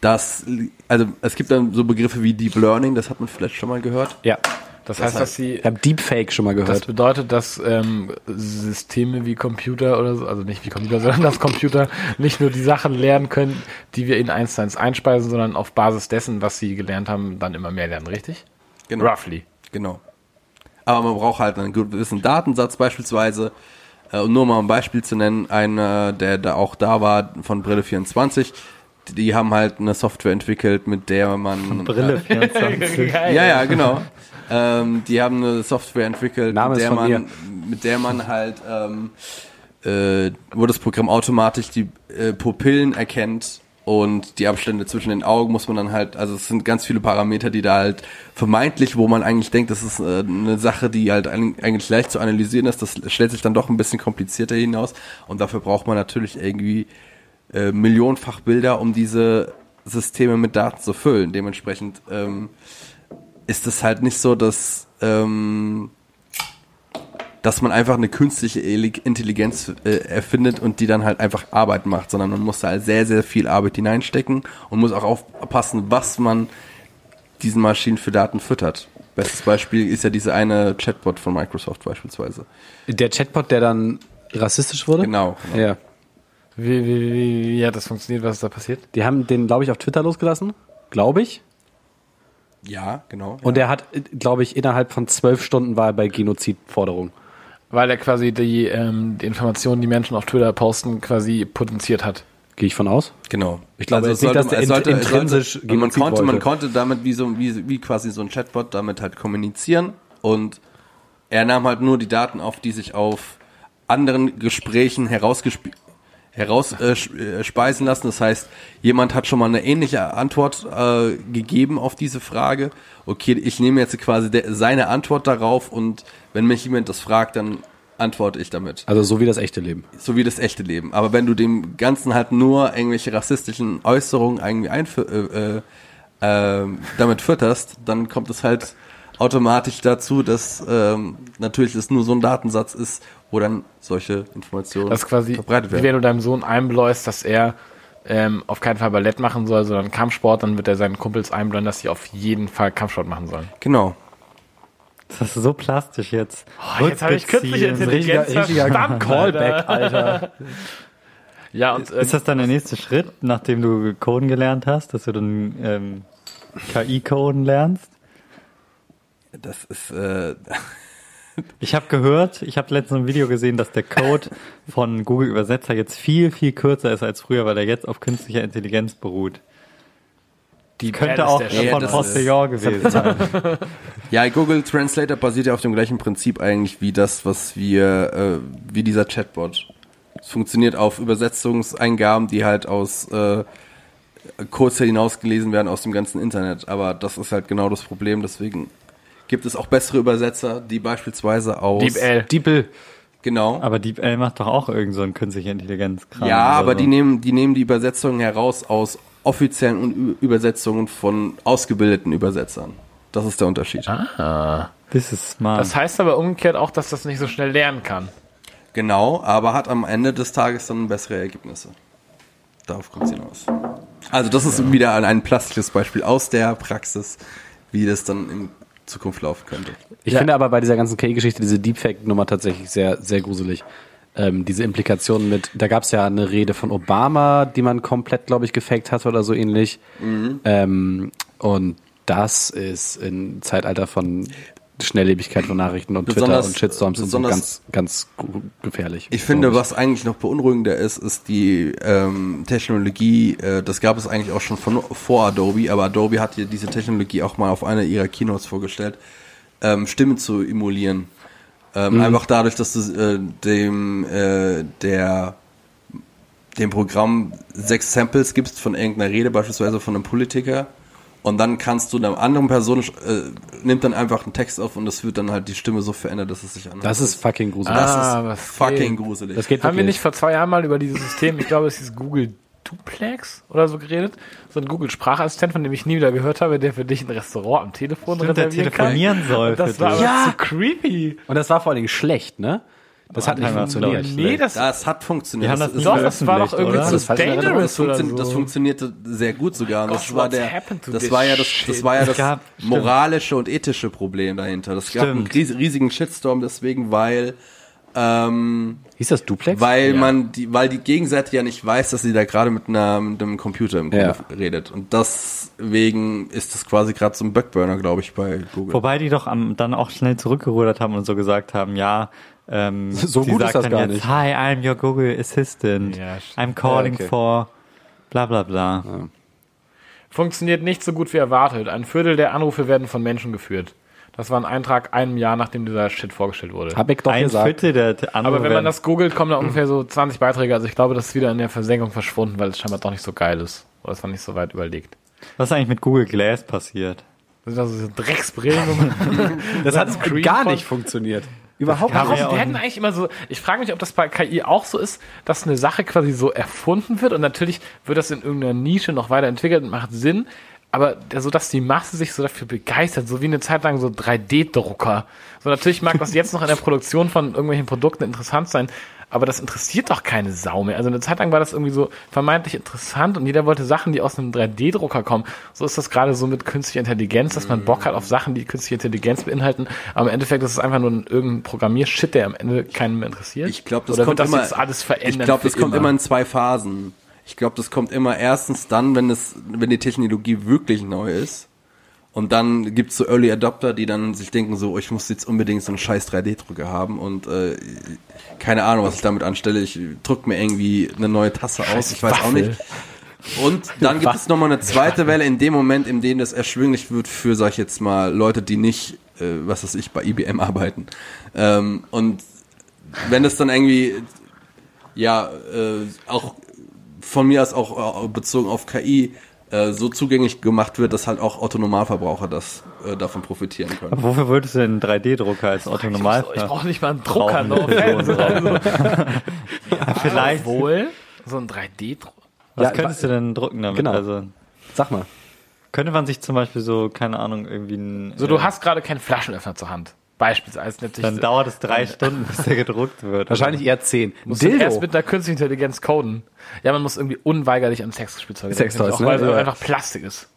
A: das, also es gibt dann so Begriffe wie Deep Learning, das hat man vielleicht schon mal gehört.
D: ja.
C: Das heißt, dass sie
D: Ich habe Deepfake schon mal
C: Das
D: gehört.
C: bedeutet, dass ähm, Systeme wie Computer oder so, also nicht wie Computer, [laughs] sondern dass Computer nicht nur die Sachen lernen können, die wir in eins zu eins einspeisen, sondern auf Basis dessen, was sie gelernt haben, dann immer mehr lernen, richtig?
A: Genau.
C: Roughly.
A: Genau. Aber man braucht halt einen gewissen Datensatz beispielsweise. Äh, Und nur mal ein Beispiel zu nennen, einer, der da auch da war von Brille 24, die- die haben halt eine Software entwickelt, mit der man
B: Brille
C: [laughs]
B: 24.
A: Ja, ja, genau. [laughs] ähm, die haben eine Software entwickelt,
D: Name
A: mit
D: ist
A: der,
D: von
A: man,
D: mir.
A: mit der man halt, ähm, äh, wo das Programm automatisch die äh, Pupillen erkennt und die Abstände zwischen den Augen muss man dann halt, also es sind ganz viele Parameter, die da halt vermeintlich, wo man eigentlich denkt, das ist äh, eine Sache, die halt ein- eigentlich leicht zu analysieren ist, das stellt sich dann doch ein bisschen komplizierter hinaus und dafür braucht man natürlich irgendwie äh, millionenfach Bilder, um diese Systeme mit Daten zu füllen. Dementsprechend ähm, ist es halt nicht so, dass, ähm, dass man einfach eine künstliche Eli- Intelligenz äh, erfindet und die dann halt einfach Arbeit macht, sondern man muss da halt sehr, sehr viel Arbeit hineinstecken und muss auch aufpassen, was man diesen Maschinen für Daten füttert. Bestes Beispiel ist ja diese eine Chatbot von Microsoft beispielsweise.
D: Der Chatbot, der dann rassistisch wurde?
A: Genau. genau.
D: Ja.
C: Wie, wie, wie, wie hat das funktioniert? Was ist da passiert?
D: Die haben den, glaube ich, auf Twitter losgelassen. Glaube ich.
A: Ja, genau.
D: Und der hat, glaube ich, innerhalb von zwölf Stunden war er bei Genozidforderung.
C: Weil er quasi die, ähm, die Informationen, die Menschen auf Twitter posten, quasi potenziert hat.
D: Gehe ich von aus.
A: Genau. Ich
D: glaube jetzt nicht, Also dass der
A: es
D: int-
A: es
D: intrinsisch
A: sollte, man
D: Genozid
A: konnte, man
D: wollte.
A: konnte damit wie so wie, wie quasi so ein Chatbot damit halt kommunizieren und er nahm halt nur die Daten auf, die sich auf anderen Gesprächen herausgespeisen äh, speisen lassen. Das heißt, jemand hat schon mal eine ähnliche Antwort äh, gegeben auf diese Frage. Okay, ich nehme jetzt quasi de, seine Antwort darauf und wenn mich jemand das fragt, dann antworte ich damit
D: Also so wie das echte Leben.
A: so wie das echte Leben. Aber wenn du dem Ganzen halt nur irgendwelche rassistischen Äußerungen irgendwie einf- äh, äh, ähm, damit fütterst, dann kommt es halt automatisch dazu, dass ähm, natürlich es nur so ein Datensatz ist, wo dann solche Informationen
C: Das ist quasi,
A: verbreitet
C: wie
A: werden.
C: wenn du deinem Sohn einbläust, dass er ähm, auf keinen Fall Ballett machen soll, sondern Kampfsport, dann wird er seinen Kumpels einbläuen, dass sie auf jeden Fall Kampfsport machen sollen.
A: Genau.
B: Das ist so plastisch jetzt.
C: Oh, jetzt habe ich künstliche
B: Rückbeziehen.
C: Intelligenz verstanden. Alter.
D: Alter.
C: Ja, und ähm,
B: Ist das dann der nächste Schritt, nachdem du Coden gelernt hast, dass du dann ähm, KI-Coden lernst?
A: Das ist, äh,
B: Ich habe gehört, ich habe letztens ein Video gesehen, dass der
C: [laughs]
B: Code von Google Übersetzer jetzt viel, viel kürzer ist als früher, weil er jetzt auf künstlicher Intelligenz beruht.
C: die
B: Könnte
C: Band
B: auch
C: ist der
A: Ja,
C: Shit.
B: von
A: das
B: Postillon
C: [laughs]
B: gewesen sein.
A: ja, Google Translator basiert ja auf dem gleichen Prinzip eigentlich wie das, was wir, äh, wie dieser Chatbot. Es funktioniert auf Übersetzungseingaben, die halt aus äh, Kurse hinausgelesen werden aus dem ganzen Internet. Aber das ist halt genau das Problem. Deswegen gibt es auch bessere Übersetzer, die beispielsweise aus
C: DeepL.
D: Diepel.
A: genau
B: Aber DeepL macht doch auch irgend so einen künstliche Intelligenz-Kram. Also,
A: Ja,
B: oder
A: aber
B: so.
A: die nehmen die nehmen die Übersetzungen heraus aus offiziellen Ü- Übersetzungen von ausgebildeten Übersetzern. Das ist der Unterschied.
B: This is smart.
C: Das heißt aber umgekehrt auch, dass das nicht so schnell lernen kann.
A: Genau, aber hat am Ende des Tages dann bessere Ergebnisse. Darauf kommt es hinaus. Also das ist wieder ein, ein plastisches Beispiel aus der Praxis, wie das dann in Zukunft laufen könnte.
D: Ich finde aber bei dieser ganzen KI-Geschichte diese Deepfake-Nummer tatsächlich sehr, sehr gruselig. Ähm, diese Implikationen mit, da gab es ja eine Rede von Obama, die man komplett, glaube ich, gefaked hatte oder so ähnlich.
A: Mhm.
D: Ähm, und das ist im Zeitalter von Schnelllebigkeit von Nachrichten und Twitter
A: Besonders-
D: und Shitstorms und so ganz,
A: besonders-
D: ganz gu- gefährlich.
A: Ich finde,
D: glaub
A: was eigentlich noch beunruhigender ist, ist die ähm, Technologie, äh, das gab es eigentlich auch schon von, vor Adobe, aber Adobe hat hier diese Technologie auch mal auf einer ihrer Keynotes vorgestellt, ähm, Stimmen zu emulieren.
D: Mhm.
A: Ähm, Einfach dadurch, dass du äh, dem, äh, der, dem Programm sechs Samples gibst von irgendeiner Rede, beispielsweise von einem Politiker, und dann kannst du einer anderen Person, äh, nimmt dann einfach einen Text auf und es wird dann halt die Stimme so verändert, dass es sich anhört.
D: Das ist fucking gruselig.
A: Das
C: Ah,
A: ist
C: was
A: fucking
C: geht.
A: gruselig.
D: das geht
C: Haben wir
D: wirklich.
C: nicht vor zwei Jahren mal über dieses System, ich glaube, es hieß Google Duplex oder so geredet? So ein Google-Sprachassistent, von dem ich nie wieder gehört habe, der für dich ein Restaurant am Telefon
B: Stimmt, der
C: reservieren
B: telefonieren
C: kann.
B: soll
C: Und Das
B: für
C: war
B: dich.
C: aber
D: Ja.
C: zu creepy.
D: Und das war vor allen Dingen schlecht, ne?
A: Ah,
D: Das hat nicht
B: Anheimer,
D: funktioniert.
B: glaub ich.
C: Nee,
B: Schlecht.
C: das,
A: Das hat funktioniert.
B: Die haben das
A: Ah, ist-
C: doch, das war doch irgendwie
B: Oder?
C: zu
D: Das war falsch in Erinnerung.
A: das,
C: dangerous oder
A: funktioniert-
C: so.
A: das funktionierte sehr gut sogar. Und das
C: Gosh,
A: war
C: what's
A: der,
C: happened to
A: das
C: this
A: war ja das,
C: shit?
A: das war ja
B: Es
A: das
B: gab- stimmt.
A: moralische und ethische Problem dahinter. Das gab einen
B: Stimmt.
A: ries- riesigen Shitstorm deswegen, weil ähm,
D: Hieß das Duplex?
A: weil man die, weil die Gegenseite ja nicht weiß, dass sie da gerade mit, einer- mit einem Computer im Grunde
D: Ja.
A: redet. Und deswegen ist das quasi gerade so ein Backburner, glaube ich, bei Google.
B: Wobei die doch am, dann auch schnell zurückgerudert haben und so gesagt haben, ja, ähm,
D: So
B: die
D: gut ist
B: sagt
D: das
B: dann
D: gar
B: jetzt,
D: nicht.
B: Hi, I'm your Google Assistant.
C: Ja,
B: I'm calling
D: Ja, okay.
B: for bla bla bla.
C: funktioniert nicht so gut wie erwartet. Ein Viertel der Anrufe werden von Menschen geführt. Das war ein Eintrag einem Jahr, nachdem dieser Shit vorgestellt wurde.
D: Hab ich doch
B: Ein
D: gesagt.
B: Viertel der t- anderen
C: Aber wenn man
B: werden-
C: das googelt, kommen da ungefähr so 20 Beiträge. Also ich glaube, das ist wieder in der Versenkung verschwunden, weil es scheinbar doch nicht so geil ist. Oder es war nicht so weit überlegt.
B: Was ist eigentlich mit Google Glass passiert?
C: Das sind also diese Drecksbrillen. wo man-
D: Das hat
C: Screen
D: gar
C: von-
D: nicht funktioniert. Überhaupt
C: [laughs] [laughs] Warum
B: ja auch
C: werden eigentlich immer so... Ich frage mich, ob das bei KI auch so ist, dass eine Sache quasi so erfunden wird. Und natürlich wird das in irgendeiner Nische noch weiterentwickelt und macht Sinn. Aber so, dass die Masse sich so dafür begeistert, so wie eine Zeit lang so 3D-Drucker. So natürlich mag das jetzt noch in der Produktion von irgendwelchen Produkten interessant sein, aber das interessiert doch keine Sau mehr. Also eine Zeit lang war das irgendwie so vermeintlich interessant und jeder wollte Sachen, die aus einem 3D-Drucker kommen. So ist das gerade so mit künstlicher Intelligenz, dass man Bock hat auf Sachen, die künstliche Intelligenz beinhalten. Aber im Endeffekt ist es einfach nur ein, irgendein Programmiershit, der am Ende keinen mehr interessiert.
A: Ich glaube, das
C: Oder
A: kommt
C: wird das
A: immer.
C: jetzt alles
A: ich
C: verändern.
A: glaube, das
C: für
A: kommt immer in zwei Phasen. Ich glaube, das kommt immer erstens dann, wenn es, wenn die Technologie wirklich neu ist. Und dann gibt's so Early Adopter, die dann sich denken so, oh, ich muss jetzt unbedingt so einen scheiß 3D-Drucker haben und äh, keine Ahnung, was ich damit anstelle. Ich druck mir irgendwie eine neue Tasse aus, ich weiß auch
C: Waffel.
A: nicht. Und dann gibt es nochmal eine zweite Welle in dem Moment, in dem das erschwinglich wird für, sag ich jetzt mal, Leute, die nicht, äh, was weiß ich, bei IBM arbeiten. Ähm, und wenn das dann irgendwie, ja, äh, auch von mir aus auch äh, bezogen auf KI äh, so zugänglich gemacht wird, dass halt auch Autonomalverbraucher das äh, davon profitieren können.
B: Wofür würdest du denn einen 3D-Drucker als
C: normal.
B: Autonomal?
C: Ich brauche nicht mal einen Drucker. ne? Also, No
B: [laughs]
C: [laughs] offense.
B: Vielleicht.
C: [laughs] Wohl so ein 3D-Drucker.
B: Was
D: Ja,
B: könntest du denn drucken damit?
D: Genau.
B: Also,
D: Sag mal.
B: könnte man sich zum Beispiel so, keine Ahnung, irgendwie ein, äh,
C: So, du hast gerade keinen Flaschenöffner zur Hand. Beispielsweise natürlich.
B: dann dauert es drei Stunden, bis der gedruckt wird.
D: Wahrscheinlich eher 10.
C: musst du erst mit einer künstlichen Intelligenz coden. Ja, man muss irgendwie unweigerlich an Sexspielzeug denken,
D: Sextoys,
C: auch
D: ne?
C: weil es
D: Ja.
C: einfach Plastik ist.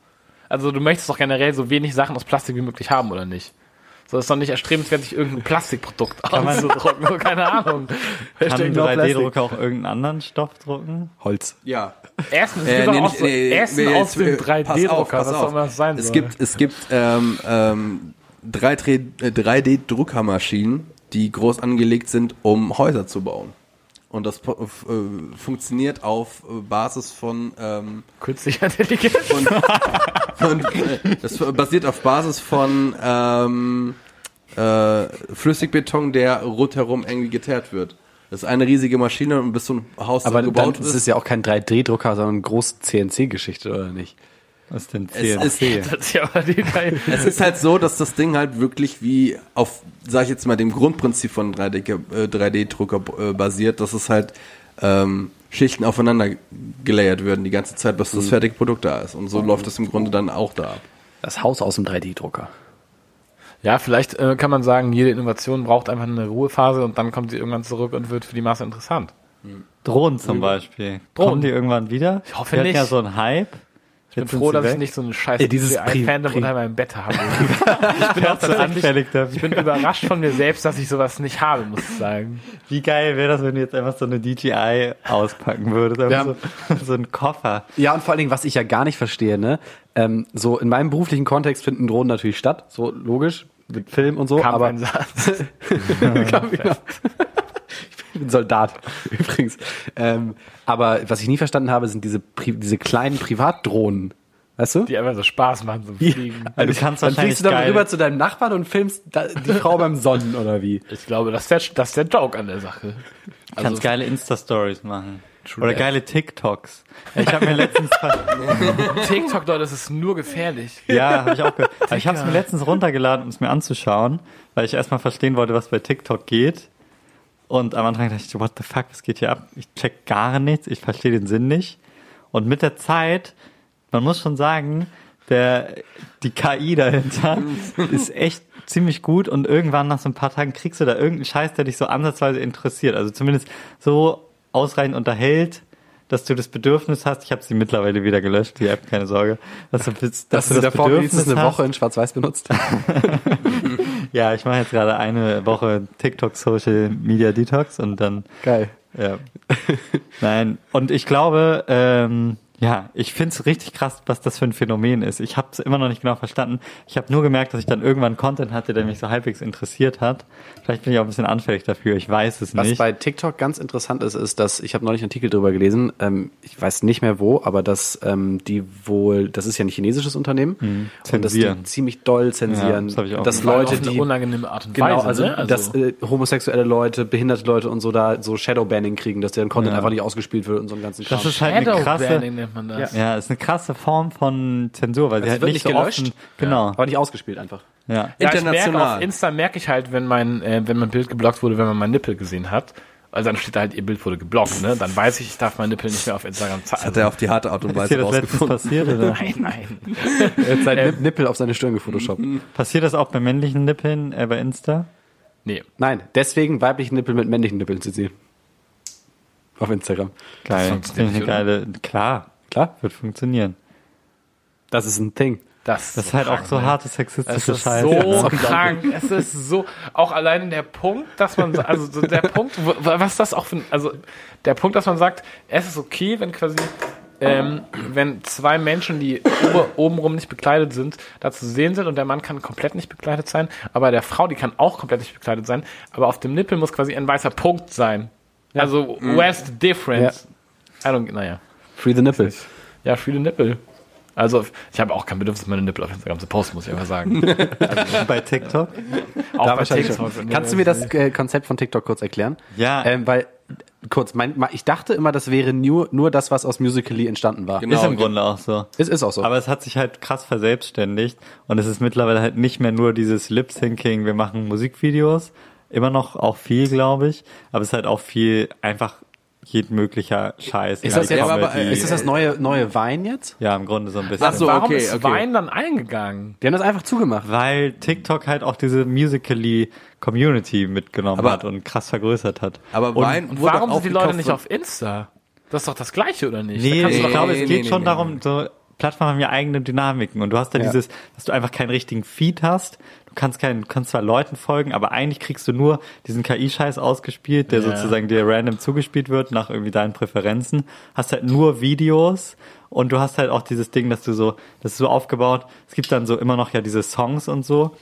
C: Also du möchtest doch generell so wenig Sachen aus Plastik wie möglich haben, oder nicht? So ist doch nicht erstrebenswert, sich irgendein Plastikprodukt
B: man-
C: auszudrucken. So, [laughs] keine Ahnung.
B: Kann
C: Hashtag
B: ein
C: no Plastic.
B: 3D-Drucker auch irgendeinen anderen Stoff drucken?
D: Holz.
C: [laughs]
A: Ja.
C: Essen, es
A: Äh,
C: gibt
A: nee,
C: doch auch
A: nicht-
C: so
A: nee,
C: Essen
A: nee,
C: aus
A: jetzt, äh,
C: dem
A: pass auf,
C: 3D-Drucker,
A: pass
C: was
A: auf.
C: soll man das sein
A: Es
C: soll.
A: gibt, es gibt ähm, ähm, 3D-Druckermaschinen, die groß angelegt sind, um Häuser zu bauen. Und das po- f- äh, funktioniert auf äh, Basis von ähm,
C: Künstliche
A: [laughs]
C: Intelligenz.
A: und, und äh, das basiert auf Basis von ähm, äh, Flüssigbeton, der rundherum irgendwie geteert wird. Das ist eine riesige Maschine und bis so ein Haus
D: Aber
A: dann
D: dann ist es ja auch kein 3D-Drucker, sondern eine große CNC-Geschichte, oder nicht?
B: Was ist denn
A: es,
B: CNC?
A: ist-
C: Das ist ja aber die geil.
A: es ist halt so, dass das Ding halt wirklich wie auf, sag ich jetzt mal, dem Grundprinzip von 3D-Drucker äh, 3D-Drucker, äh, basiert, dass es halt ähm, Schichten aufeinander gelayert werden die ganze Zeit, bis
D: Mhm.
A: das fertige Produkt da ist. Und so läuft es im Grunde dann auch da ab.
D: Das Haus aus dem 3D-Drucker.
C: Ja, vielleicht äh, kann man sagen, jede Innovation braucht einfach eine Ruhephase und dann kommt sie irgendwann zurück und wird für die Masse interessant.
B: Drohnen zum Beispiel.
C: Drohnen.
B: Kommen die irgendwann wieder?
C: Ich hoffe
B: Wir hatten
C: nicht.
B: ja so einen Hype.
C: Ich bin froh, dass ich nicht so einen scheiß
D: Ey, dieses Pri-
C: CGI-Fandom
D: Pri-
C: unter meinem Bett habe. ich
B: [laughs]
C: bin auch
B: so anfällig
C: Ich
B: dafür.
C: bin überrascht von mir selbst, dass ich sowas nicht habe, muss ich sagen.
B: Wie geil wäre das, wenn du jetzt einfach so eine DJI auspacken würdest? Einfach so, so einen Koffer.
D: Ja, und vor allen Dingen, was ich ja gar nicht verstehe, ne? Ähm, so in meinem beruflichen Kontext finden Drohnen natürlich statt, so logisch, mit Film und so,
C: Kam
D: Oh, aber
C: kein Satz.
D: [laughs] Kam wieder. ich bin Soldat [laughs] übrigens. Ähm, aber was ich nie verstanden habe, sind diese, Pri diese kleinen Privatdrohnen. Weißt du?
C: Die einfach so Spaß machen zum Fliegen.
B: Also du kannst
D: Dann fliegst
B: wahrscheinlich
D: du damit
B: geil-
D: rüber zu deinem Nachbarn und filmst da, die Frau beim Sonnen oder wie?
C: Ich glaube, das ist der, das ist der Joke an der Sache.
B: Kannst
C: Also-
B: geile Insta-Stories machen. Oder geile TikToks. Ich habe mir letztens,
C: [laughs] TikTok, Leute, das ist nur gefährlich.
B: [laughs] ja, habe ich auch gehört. Aber ich habe es mir letztens runtergeladen, um es mir anzuschauen, weil ich erstmal verstehen wollte, was bei TikTok geht. Und am Anfang dachte ich, so, what the fuck, was geht hier ab? Ich check gar nichts, ich verstehe den Sinn nicht. Und mit der Zeit, man muss schon sagen, der, die KI
D: [laughs]
B: dahinter ist echt ziemlich gut und irgendwann nach so ein paar Tagen kriegst du da irgendeinen Scheiß, der dich so ansatzweise interessiert. Also zumindest so ausreichend unterhält, dass du das Bedürfnis hast, ich habe sie mittlerweile wieder gelöscht, die App, keine Sorge, dass du, dass
D: Dass du davor wenigstens eine Woche in Schwarz-Weiß benutzt.
B: ja, ich mache jetzt gerade eine Woche TikTok Social Media Detox und dann.
D: [laughs] Geil.
B: Ja. [laughs] Nein, und ich glaube, ähm, ja, ich find's richtig krass, was das für ein Phänomen ist. Ich habe es immer noch nicht genau verstanden. Ich habe nur gemerkt, dass ich dann irgendwann Content hatte, der mich so halbwegs interessiert hat. Vielleicht bin ich auch ein bisschen anfällig dafür. Ich weiß es
D: Was
B: nicht.
D: bei TikTok ganz interessant ist, ist, dass ich habe neulich einen Artikel darüber gelesen. Ähm, ich weiß nicht mehr wo, aber dass ähm, die wohl, das ist ja ein chinesisches Unternehmen, und dass die
B: Mhm. Zensieren.
D: ziemlich doll zensieren,
B: Ja, das hab ich auch
D: dass
B: gehört.
D: Leute,
C: Auf eine
D: die
C: unangenehme Art und
D: genau,
C: Weise.
D: also,
C: ne?
D: dass äh, homosexuelle Leute, behinderte Leute und so da so Shadowbanning kriegen, dass deren Content
B: Ja.
D: einfach nicht ausgespielt wird und so einen ganzen
B: das
D: Kram.
B: ist halt eine
C: Shadowbanning
B: krasse,
C: nennt man das.
B: ja, ist eine krasse Form von Zensur, weil sie
D: Also
B: halt
D: wird
B: nicht
D: nicht
B: so
D: gelöscht?
B: offen. Genau.
D: aber nicht ausgespielt einfach.
B: Ja.
C: Ja, ich merke,
A: International.
C: auf Insta merke ich halt, wenn mein, äh, wenn mein Bild geblockt wurde, wenn man mein Nippel gesehen hat. Also dann steht da halt, ihr Bild wurde geblockt, ne? Dann weiß ich, ich darf mein Nippel nicht mehr auf Instagram zeigen.
A: Hat er auf die harte Art und
B: Ist
A: Weise
B: dir das letztens
A: rausgefunden.
B: passiert oder?
C: [laughs] nein, nein.
D: Er hat seinen Nip- Nippel auf seine Stirn gefotoshoppt.
B: Passiert das auch bei männlichen Nippeln äh, bei Insta?
C: Nee.
D: Nein, deswegen weiblichen Nippel mit männlichen Nippeln zu sehen. Auf Instagram.
B: Geil. Das
C: funktioniert
B: funktioniert eine
C: nicht,
B: geile. Klar,
D: Klar,
B: wird funktionieren.
D: das ist ein Thing.
C: Das,
B: Das ist halt auch so
C: ne?
B: harte sexistische
C: Es ist
B: Scheiße.
C: so krank. [laughs] Es ist so, auch allein der Punkt, dass man, so- also so der Punkt, wo- was das auch für, ein- also der Punkt, dass man sagt, es ist okay, wenn quasi, ähm, wenn zwei Menschen, die ober, obenrum nicht bekleidet sind, da zu sehen sind und der Mann kann komplett nicht bekleidet sein, aber der Frau, die kann auch komplett nicht bekleidet sein, aber auf dem Nippel muss quasi ein weißer Punkt sein. Also, where's the difference? I don't, naja.
D: Free the Nippel.
C: Ja, viele Nippel. Also, ich habe auch kein Bedürfnis, meine Nippel auf Instagram zu posten, muss ich einfach sagen.
B: bei TikTok.
C: Auch
D: Da
C: bei
D: wahrscheinlich
C: TikTok.
D: schon. Kannst du mir das äh, Konzept von TikTok kurz erklären?
B: Ja.
D: Ähm, weil, kurz, mein, ma- ich dachte immer, das wäre nur, nur das, was aus Musical.ly entstanden war.
A: Genau.
B: ist im Grunde auch so.
D: Es ist auch so.
B: Aber es hat sich halt krass verselbstständigt und es ist mittlerweile halt nicht mehr nur dieses Lip-Syncing, wir machen Musikvideos, immer noch auch viel, glaube ich, aber es ist halt auch viel einfach jedmöglicher Scheiß.
D: ist, das
B: Ja,
D: jetzt,
A: aber- aber,
B: Comedy.
A: äh,
D: ist das das neue, neue Wein jetzt?
B: ja, im Grunde so ein bisschen.
A: Ach so,
C: Warum
A: okay,
C: ist
A: okay.
C: Wein dann eingegangen?
D: Die haben das einfach zugemacht.
B: Weil TikTok halt auch diese Musically-Community mitgenommen
A: Aber-
B: hat und krass vergrößert hat.
A: Aber
B: und,
A: Wein
C: Und
A: wurde
C: warum
A: auch
C: sind die Leute
A: gekauft
C: nicht
A: und-
C: auf Insta? Das ist doch das Gleiche, oder nicht? Da
B: Nee,
C: kannst du
B: ich
C: doch- eh
A: nee,
B: glaube, es
A: nee,
B: geht
A: nee,
B: schon
A: nee,
B: darum, so Plattformen haben ja eigene Dynamiken und du hast da dieses, dass du einfach keinen richtigen Feed hast. Du kannst keinen, kannst zwar Leuten folgen, aber eigentlich kriegst du nur diesen KI-Scheiß ausgespielt, der
C: Ja.
B: sozusagen dir random zugespielt wird nach irgendwie deinen Präferenzen. Hast halt nur Videos und du hast halt auch dieses Ding, dass du so, das ist so aufgebaut. Es gibt dann so immer noch ja diese Songs und so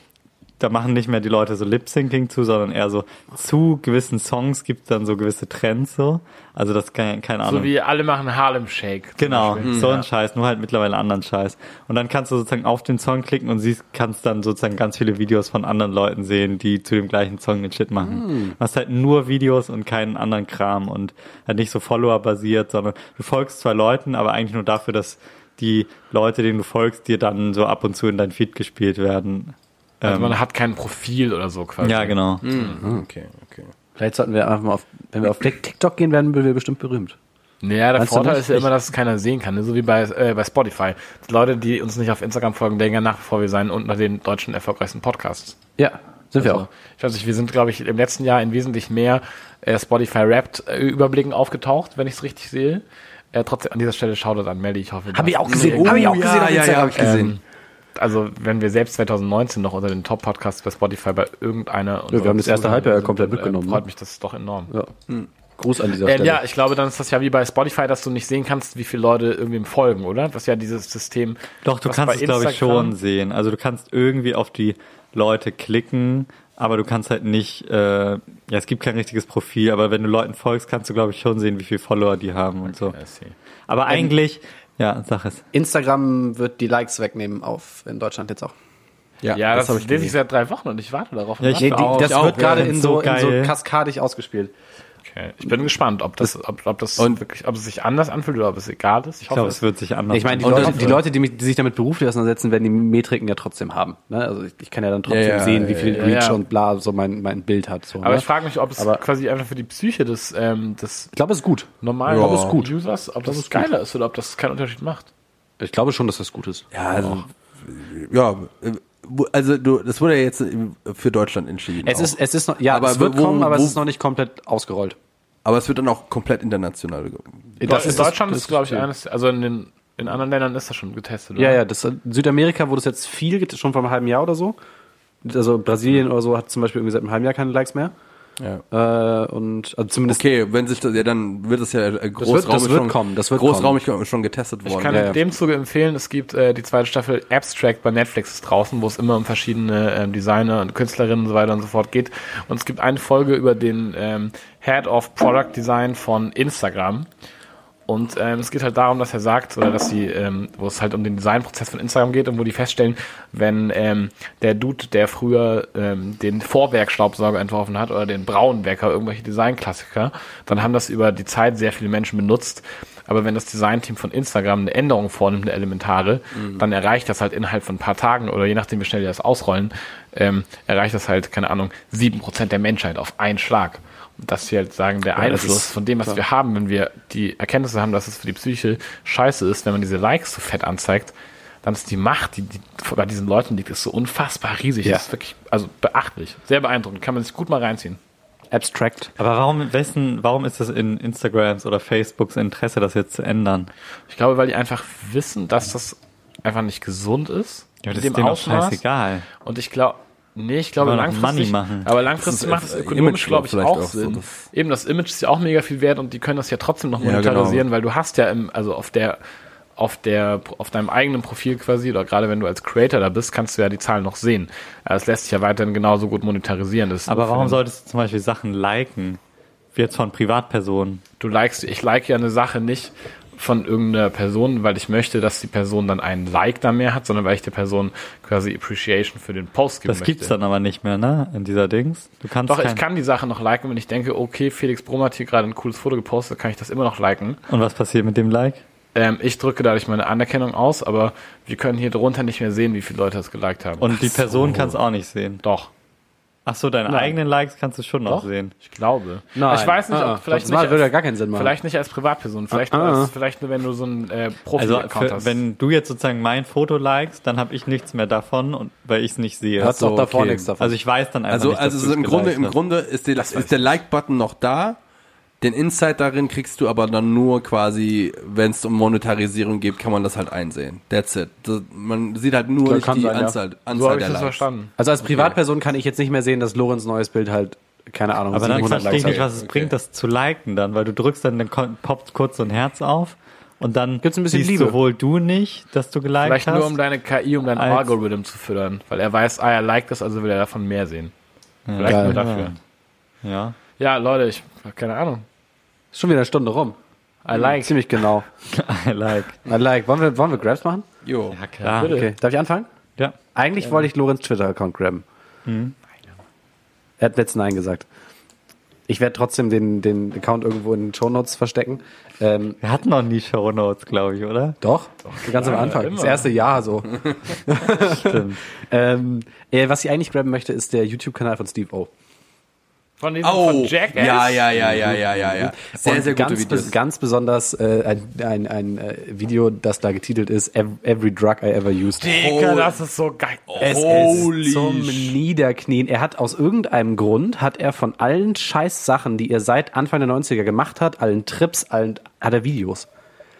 B: da machen nicht mehr die Leute so Lip-Syncing zu, sondern eher so zu gewissen Songs gibt es dann so gewisse Trends so. Also das kann, keine Ahnung.
C: So wie alle machen Harlem Shake. zum
B: genau,
C: Beispiel.
B: so ein Scheiß, nur halt mittlerweile anderen Scheiß. Und dann kannst du sozusagen auf den Song klicken und siehst, kannst dann sozusagen ganz viele Videos von anderen Leuten sehen, die zu dem gleichen Song den Shit
C: Hm.
B: machen. Du hast halt nur Videos und keinen anderen Kram und halt nicht so Follower-basiert, sondern du folgst zwei Leuten, aber eigentlich nur dafür, dass die Leute, denen du folgst, dir dann so ab und zu in dein Feed gespielt werden.
C: Also man hat kein Profil oder so quasi.
B: Ja, genau.
C: Hm.
A: Okay, okay.
D: Vielleicht sollten wir einfach mal auf, wenn wir auf TikTok gehen, werden wir bestimmt berühmt.
C: Naja, der
D: Meinst du
C: Vorteil
D: nicht?
C: ist ja
D: Ich-
C: immer, dass es keiner sehen kann, ne? so wie bei, äh, bei Spotify. Die Leute, die uns nicht auf Instagram folgen, denken ja nach wie vor, wir seien unter den deutschen erfolgreichsten Podcasts.
D: Ja, sind wir
C: Also, ich weiß nicht, wir sind, glaube ich, im letzten Jahr in wesentlich mehr äh, Spotify-Rapped-Überblicken aufgetaucht, wenn ich es richtig sehe. Äh, trotzdem an dieser Stelle Shoutout an Melly, ich hoffe. du
D: Hab ich
C: hast-
D: auch gesehen,
A: Oh,
D: hab ich auch gesehen auf Ähm, Instagram.
A: hab ich gesehen.
C: Also, wenn wir selbst 2019 noch unter den Top-Podcasts bei Spotify bei irgendeiner.
D: wir haben das erste
C: Zuhörer
D: Halbjahr
C: sind,
D: komplett
C: äh,
D: mitgenommen,
C: Freut
D: ne?
C: mich das doch enorm.
D: Ja. Gruß an dieser
C: Ähm,
D: Stelle.
C: ja, ich glaube, dann ist das ja wie bei Spotify, dass du nicht sehen kannst, wie viele Leute irgendwem folgen, oder? Das ist ja dieses System.
B: Doch, du
C: was
B: kannst
C: bei
B: es, glaube ich,
C: Instagram-
B: schon sehen. Also du kannst irgendwie auf die Leute klicken, aber du kannst halt nicht, äh, ja, es gibt kein richtiges Profil, aber wenn du Leuten folgst, kannst du, glaube ich, schon sehen, wie viele Follower die haben und so.
C: I see. Ähm,
B: Aber eigentlich, ja, sag es.
D: Instagram wird die Likes wegnehmen auf in Deutschland jetzt auch.
C: Ja, das,
A: hab
C: lese ich seit drei Wochen und ich warte darauf. und
B: Ja, ich-
C: warte
B: Nee, die-
C: auf.
D: das
A: ich auch,
D: wird
A: ja,
D: gerade
B: find's
D: in, so,
B: so
D: in so
B: geil.
D: kaskadig ausgespielt.
C: Okay. Ich bin gespannt, ob das, ob, ob das
A: Und-
C: wirklich, ob es sich anders anfühlt oder ob es egal ist. Ich
B: Ich glaube,
C: hoffe,
B: es wird sich anders.
D: Ich meine, die
B: Und
D: Leute,
B: das-
D: die, Leute die, mich, die sich damit beruflich auseinandersetzen, werden die Metriken ja trotzdem haben. Ne? Also ich, ich kann ja dann trotzdem
A: Ja, ja,
D: sehen, wie
A: ja,
D: viel
C: ja,
D: Reach
C: ja.
D: und bla so mein, mein Bild hat. So,
C: aber
D: ne?
C: ich frage mich, ob es
D: Aber-
C: quasi einfach für die Psyche des, ähm, des
D: ich glaube, es ist gut.
C: normalen
A: Ja. Ist
D: gut.
C: Users, ob das,
D: ist gut.
C: geiler ist oder ob das keinen Unterschied macht.
D: Ich glaube schon, dass das gut ist.
A: Ja, also, ja, äh, wo- also du, das wurde ja jetzt äh, für Deutschland entschieden.
D: Es
A: auch.
D: ist, es ist noch, ja,
A: Aber
D: es wird
A: wo-
D: kommen, aber
A: wo-
D: es ist noch nicht komplett ausgerollt.
A: Aber es wird dann auch komplett international. ge-
C: Das in Deutschland
D: das-
C: ist, glaube ich,
D: das-
C: eines, also in den, in anderen Ländern ist das schon getestet.
D: Ja, ja, das, in Südamerika wurde es jetzt viel, get- schon vor einem halben Jahr oder so. Also Brasilien oder so hat zum Beispiel irgendwie seit einem halben Jahr keine Likes mehr.
A: Ja.
D: Äh, und also zumindest
A: Okay, wenn sich das, ja, dann wird es ja äh,
D: wird- das
A: großraumig
D: wird
A: schon,
D: kommen, das wird
A: großraumig schon getestet worden.
C: Ich kann
D: Ja,
C: in
D: ja.
C: dem Zuge empfehlen, es gibt äh, die zweite Staffel Abstract bei Netflix ist draußen, wo es immer um verschiedene ähm, Designer und Künstlerinnen und so weiter und so fort geht. Und es gibt eine Folge über den ähm, Head of Product Design von Instagram. Und ähm, es geht halt darum, dass er sagt, oder dass sie, ähm, wo es halt um den Designprozess von Instagram geht und wo die feststellen, wenn ähm, der Dude, der früher ähm, den Vorwerkstaubsauger entworfen hat oder den Braunwecker, irgendwelche Designklassiker, dann haben das über die Zeit sehr viele Menschen benutzt. Aber wenn das Designteam von Instagram eine Änderung vornimmt, eine elementare,
D: Mhm.
C: dann erreicht das halt innerhalb von ein paar Tagen oder je nachdem, wie schnell die das ausrollen, ähm, erreicht das halt, keine Ahnung, 7% der Menschheit auf einen Schlag. Und dass wir halt sagen, der
D: das
C: Einfluss
D: ist-
C: von dem, was wir haben, wenn wir die Erkenntnisse haben, dass es für die Psyche scheiße ist, wenn man diese Likes so fett anzeigt, dann ist die Macht, die, die bei diesen Leuten liegt, ist so unfassbar riesig.
D: Ja.
C: Das ist wirklich, also beachtlich. Sehr beeindruckend. Kann man sich gut mal reinziehen.
D: Abstract.
B: aber warum, wessen, warum ist es in Instagrams oder Facebooks Interesse, das jetzt zu ändern?
C: Ich glaube, weil die einfach wissen, dass das einfach nicht gesund ist.
B: Ja, das
C: in
B: ist denen auch scheißegal.
C: Und ich glaube, nee, ich glaube
B: Wollen auch Money
C: langfristig,
B: machen.
C: aber langfristig macht es
A: äh,
C: ökonomisch,
A: Image
C: glaube ich,
A: vielleicht
C: auch
A: auch so,
C: Sinn.
A: das-
C: Eben, das Image ist ja auch mega viel wert und die können das ja trotzdem noch
A: Ja,
B: genau.
C: monetarisieren, weil du hast ja im, also auf der, auf der, auf deinem eigenen Profil quasi, oder gerade wenn du als Creator da bist, kannst du ja die Zahlen noch sehen. Aber Es lässt sich ja weiterhin genauso gut monetarisieren. Das ist
B: Aber
C: nur für
B: warum
C: den-
B: solltest du zum Beispiel Sachen liken? Jetzt von Privatpersonen.
C: du likest, ich like ja eine Sache nicht von irgendeiner Person, weil ich möchte, dass die Person dann einen Like da mehr hat, sondern weil ich der Person quasi Appreciation für den Post geben
B: Das
C: möchte.
B: gibt's dann aber nicht mehr, ne? In dieser Dings. Du kannst
C: Doch, ich
B: kein-
C: kann die Sache noch liken, wenn ich denke, okay, Felix Brom hat hier gerade ein cooles Foto gepostet, kann ich das immer noch liken.
B: Und was passiert mit dem Like?
C: Ähm, ich drücke dadurch meine Anerkennung aus, aber wir können hier drunter nicht mehr sehen, wie viele Leute das geliked haben.
B: Und die Person kannst auch nicht sehen.
C: Doch.
B: Ach so, deine eigenen Likes kannst du schon noch sehen.
C: Ich glaube.
D: Nein.
C: Ich weiß nicht,
D: Ah,
C: ob vielleicht
D: das
C: nicht,
D: macht- würde ja
C: als-
D: gar keinen Sinn machen.
C: vielleicht nicht als Privatperson, vielleicht, nur
D: Ah, ah.
C: als, vielleicht nur, wenn du so ein äh,
B: Also
C: Profi-Account
B: für,
C: hast.
B: wenn du jetzt sozusagen mein Foto likest, dann habe ich nichts mehr davon, und, weil ich es nicht sehe.
D: Du hast
B: Ach so,
D: auch davor nichts davon.
B: Also ich weiß dann einfach
A: Also,
B: nicht,
A: also
B: dass
A: so
B: du's
A: im Grunde,
B: geliked
A: im
B: hast.
A: Grunde ist der, ist der Like-Button noch da, Den Insight darin kriegst du aber dann nur quasi, wenn es um Monetarisierung geht, kann man das halt einsehen. That's it. Das, man sieht halt nur
E: Ja,
A: nicht
E: kann
A: die
E: sein, ja.
A: Anzahl, Anzahl
C: So habe ich
A: der
C: das
A: Likes.
C: verstanden.
D: Also als Privatperson kann ich jetzt nicht mehr sehen, dass Lorenz neues Bild halt, keine Ahnung,
B: Aber dann
D: 700
B: verstehe ich
D: Likes
B: nicht,
D: hat.
B: was es bringt, das zu liken dann, weil du drückst dann, dann kommt- poppt kurz so ein Herz auf und dann
D: Gibt's ein bisschen
B: siehst
D: Liebe.
B: sowohl du nicht, dass du geliked
C: Vielleicht
B: hast.
C: nur um deine KI, um deinen
B: als-
C: Algorithm zu füttern, weil er weiß, ah, er liked das, also will er davon mehr sehen. Vielleicht
D: Geil.
C: nur dafür.
B: ja. [laughs]
C: Ja, Leute, ich keine Ahnung.
D: Ist schon wieder eine Stunde rum.
B: Mhm.
C: I like.
D: Ziemlich genau.
B: I like.
D: I like. Wollen wir, wollen wir Grabs machen?
A: Jo.
C: Ja, klar.
B: Ja.
C: bitte.
D: Okay. Darf ich anfangen?
B: Ja.
D: Eigentlich wollte ich Lorenz Twitter-Account grabben.
B: Mhm.
D: Er hat letzten Nein gesagt. Ich werde trotzdem den, den Account irgendwo in den Shownotes verstecken. Ähm,
B: Wir hatten noch nie Show Notes, glaube ich, oder?
D: doch, ganz am Anfang.
C: immer.
D: Das erste Jahr [laughs] so.
B: Stimmt.
D: Ähm, äh, was ich eigentlich grabben möchte, ist der YouTube-Kanal von Steve O.
C: Von diesem genau, von
A: Oh,
C: Jackass.
A: ja, ja, ja, ja, ja, ja, ja. Sehr,
D: Und
A: sehr gute
D: ganz,
A: Videos.
D: bes- ganz besonders äh, ein, ein, ein äh, Video, das da getitelt ist Ev- Every Drug I Ever Used.
C: Digga,
A: Oh.
C: das ist so geil.
D: Es
A: Holy
D: ist zum
A: sh-
D: Niederknien. Er hat aus irgendeinem Grund, hat er von allen scheiß Sachen, die er seit Anfang der 90er gemacht hat, allen Trips, allen, hat er Videos.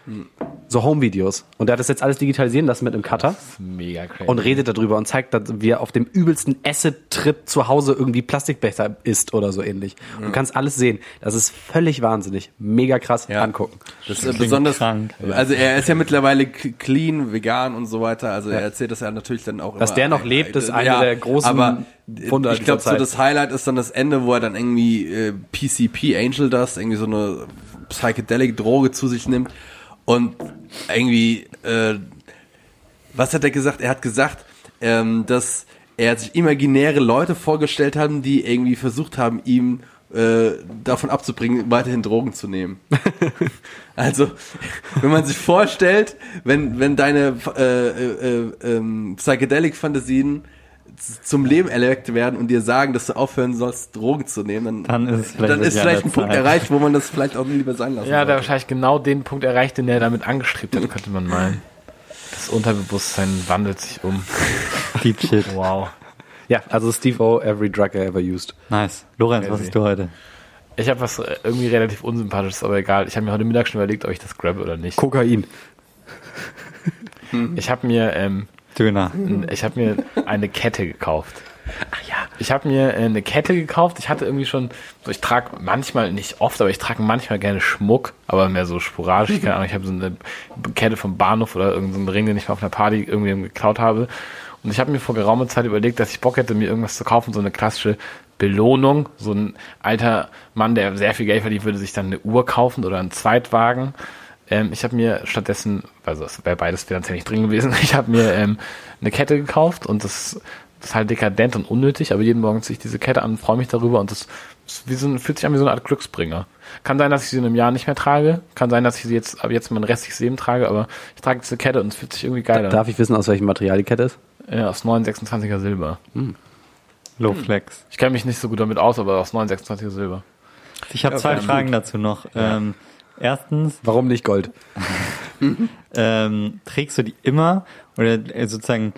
A: Hm.
D: So Home-Videos. Und er hat das jetzt alles digitalisieren lassen mit einem Cutter
C: Mega crazy.
D: und redet darüber und zeigt, dass wir auf dem übelsten Acid-Trip zu Hause irgendwie Plastikbecher isst oder so ähnlich. Und kannst alles sehen. Das ist völlig wahnsinnig. Mega krass
A: Ja.
D: angucken.
A: Das ist äh, besonders
B: krank.
A: Also er ist ja mittlerweile k- clean, vegan und so weiter. Also er erzählt das ja natürlich dann auch
D: Dass
A: immer.
D: der noch lebt, ist eine der großen
A: aber
D: Wunder
A: Ich glaube, so
D: dieser Zeit.
A: das Highlight ist dann das Ende, wo er dann irgendwie äh, PCP Angel Dust, irgendwie so eine psychedelic Droge zu sich nimmt und irgendwie äh, was hat er gesagt? Er hat gesagt, ähm, dass er sich imaginäre Leute vorgestellt haben, die irgendwie versucht haben, ihm äh, davon abzubringen, weiterhin Drogen zu nehmen. also, wenn man sich vorstellt, wenn, wenn deine äh, äh, äh, ähm, Psychedelic-Fantasien z- zum Leben erweckt werden und dir sagen, dass du aufhören sollst, Drogen zu nehmen, dann,
B: Dann ist es vielleicht
A: dann ist
B: wirklich
A: vielleicht
B: an
A: ein
B: der
A: Punkt
B: Zeit.
A: erreicht, wo man das vielleicht auch lieber sein lassen
C: ja, der
A: sollte.
C: hat wahrscheinlich genau den Punkt erreicht, den er damit angestrebt hat, könnte man meinen. Das Unterbewusstsein wandelt sich um.
B: Deep Shit.
C: Wow.
D: Ja, also Steve O, every drug I ever used.
B: Nice. Lorenz, was
C: Crazy.
B: hast du heute?
C: Ich habe was äh, irgendwie relativ Unsympathisches, aber egal. Ich habe mir heute Mittag schon überlegt, ob ich das grabbe oder nicht.
D: Kokain.
C: Ich habe mir, ähm,
B: Döner.
C: ich habe mir eine Kette gekauft. Ich habe mir äh, eine Kette gekauft. Ich hatte irgendwie schon, so ich trage manchmal, nicht oft, aber ich trage manchmal gerne Schmuck, aber mehr so sporadisch. Ich, keine Ahnung, ich habe so eine Kette vom Bahnhof oder irgendeinen so einen Ring, den ich mal auf einer Party irgendwem geklaut habe. Und ich habe mir vor geraumer Zeit überlegt, dass ich Bock hätte, mir irgendwas zu kaufen, so eine klassische Belohnung. So ein alter Mann, der sehr viel Geld verdient, würde sich dann eine Uhr kaufen oder einen Zweitwagen. Ähm, ich habe mir stattdessen, also das wäre beides finanziell nicht drin gewesen, [laughs] ich habe mir ähm, eine Kette gekauft und das, das ist halt dekadent und unnötig, aber jeden Morgen ziehe ich diese Kette an, freue mich darüber und das, ist wie so, ein- fühlt sich an wie so eine Art Glücksbringer. Kann sein, dass ich sie in einem Jahr nicht mehr trage, kann sein, dass ich sie jetzt ab jetzt mein restliches Leben trage, aber ich trage diese Kette und es fühlt sich irgendwie geil an.
D: Darf ich wissen, aus welchem Material die Kette ist?
C: Ja, aus 926er Silber.
B: Low Flex.
C: Ich kenne mich nicht so gut damit aus, aber aus 926er Silber.
B: Ich habe zwei Fragen dazu noch. Ähm, erstens,
D: Warum nicht Gold?
B: ähm, trägst du die immer oder äh, sozusagen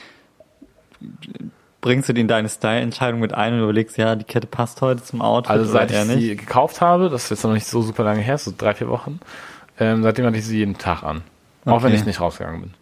B: bringst du die in deine Style-Entscheidung mit ein und überlegst, ja, die Kette passt heute zum Outfit
C: Also seit
B: oder
C: ich
B: eher nicht?
C: sie gekauft habe, das ist jetzt noch nicht so super lange her, so drei, vier Wochen, ähm, seitdem hatte ich sie jeden Tag an. Auch
B: Okay.
C: wenn ich nicht rausgegangen bin.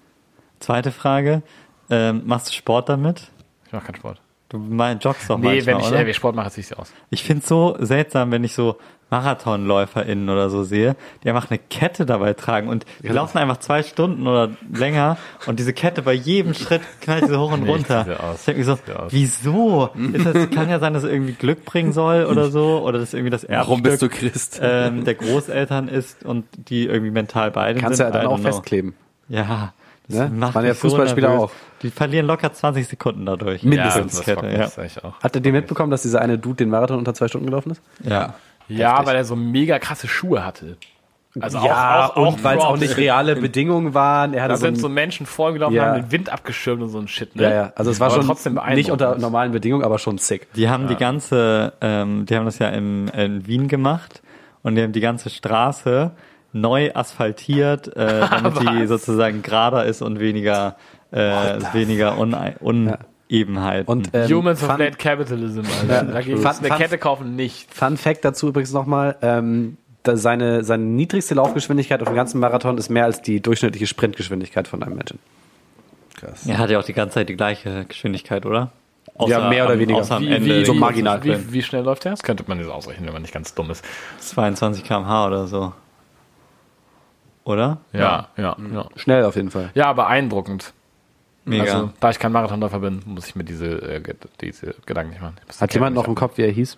B: Zweite Frage, ähm, machst du Sport damit?
C: Ich mache keinen Sport.
B: Du mein, joggst doch
C: Nee,
B: manchmal,
C: wenn ich,
B: oder?
C: äh, wenn ich Sport mache, ziehe ich sie aus.
B: Ich finde es so seltsam, wenn ich so MarathonläuferInnen oder so sehe, die einfach eine Kette dabei tragen und die laufen einfach zwei Stunden oder länger und diese Kette bei jedem Schritt knallt sie hoch und
C: Nee,
B: runter.
C: ich zieh sie aus.
B: Ich denke mir so,
C: Ich zieh sie aus.
B: wieso? Ist das, kann ja sein, dass es irgendwie Glück bringen soll oder so oder dass irgendwie das
A: Warum
B: Erbstück
A: bist du Christ?
B: ähm, der Großeltern ist und die irgendwie mental beide
D: Kannst du
B: sind.
D: ja dann
B: I
D: auch
B: don't know.
D: festkleben.
B: Ja. Das
D: Ne?
B: macht
D: Waren ja
B: mich so
D: Fußballspieler
B: nervös.
D: auch.
B: Die verlieren locker 20 Sekunden dadurch.
D: Mindestens.
C: Ja, das
B: Kette,
C: fuckt mich,
B: ja.
C: das sag ich auch.
D: Hat er dir mitbekommen, dass dieser eine Dude den Marathon unter zwei Stunden gelaufen ist?
B: ja.
C: ja weil er so mega krasse Schuhe hatte. Also auch, auch, auch
D: weil's
C: Props.
D: reale Bedingungen waren. Er
C: Da
D: hatte so
C: sind
D: also ein,
C: so Menschen vorgelaufen,
D: Ja.
C: haben den Wind abgeschirmt und so ein Shit. Ne?
D: ja, ja. Also es war
C: Aber
D: schon
C: trotzdem
D: nicht
C: beeindruckend.
D: unter normalen Bedingungen, aber schon sick.
B: Die haben die ganze, ähm, die haben das ja in, in Wien gemacht und die haben die ganze Straße neu asphaltiert, [laughs] äh, damit die sozusagen gerader ist und weniger, äh, weniger Une Unebenheiten.
D: Und ähm,
C: Humans of
D: fun,
C: Late Capitalism. Also.
D: Ja,
C: da
D: true.
C: gehst du
D: Fun-
C: eine
D: fun-
C: Kette kaufen, nicht.
D: fun Fact dazu übrigens nochmal, ähm, da seine, seine niedrigste Laufgeschwindigkeit auf dem ganzen Marathon ist mehr als die durchschnittliche Sprintgeschwindigkeit von einem Menschen.
A: Krass.
B: Er hat ja auch die ganze Zeit die gleiche Geschwindigkeit, oder? Außer
D: Ja, mehr oder
B: am,
D: weniger.
B: Außer am
D: Wie-
B: Ende.
D: wie- so marginal.
C: Wie, wie schnell läuft der? Das könnte man jetzt ausrechnen, wenn man nicht ganz dumm ist.
B: 22 km/h oder so. Oder?
C: Ja, ja,
D: Mhm.
C: ja.
D: Schnell auf jeden Fall.
C: Ja, beeindruckend.
B: Mega.
C: Also, da ich kein Marathonläufer bin, muss ich mir diese, äh, get- diese Gedanken nicht machen. Ich muss
D: Hat
C: die
D: jemand
C: Gedanken
D: noch im Kopf, wie er hieß?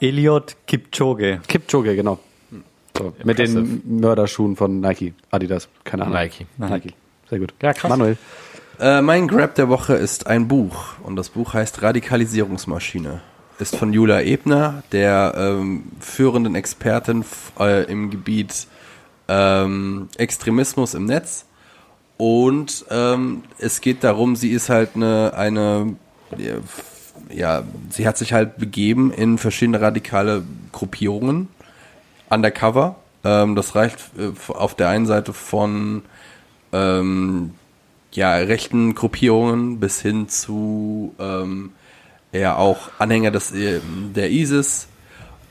B: Eliot Kipchoge.
D: Kipchoge, genau. So, mit
C: Impressive.
D: den Mörderschuhen von Nike, Adidas, keine Ahnung.
C: Nike.
D: Nike. Sehr gut.
C: Ja, krass.
D: Manuel.
A: Äh, mein Grab der Woche ist ein Buch und das Buch heißt Radikalisierungsmaschine. Ist von Jula Ebner, der ähm, führenden Expertin f- äh, im Gebiet ähm, Extremismus im Netz. Und ähm, es geht darum, sie ist halt eine, eine, äh, f- ja, sie hat sich halt begeben in verschiedene radikale Gruppierungen undercover. Ähm, das reicht äh, f- auf der einen Seite von ähm, ja, rechten Gruppierungen bis hin zu ähm, ja auch Anhänger des, äh, der ISIS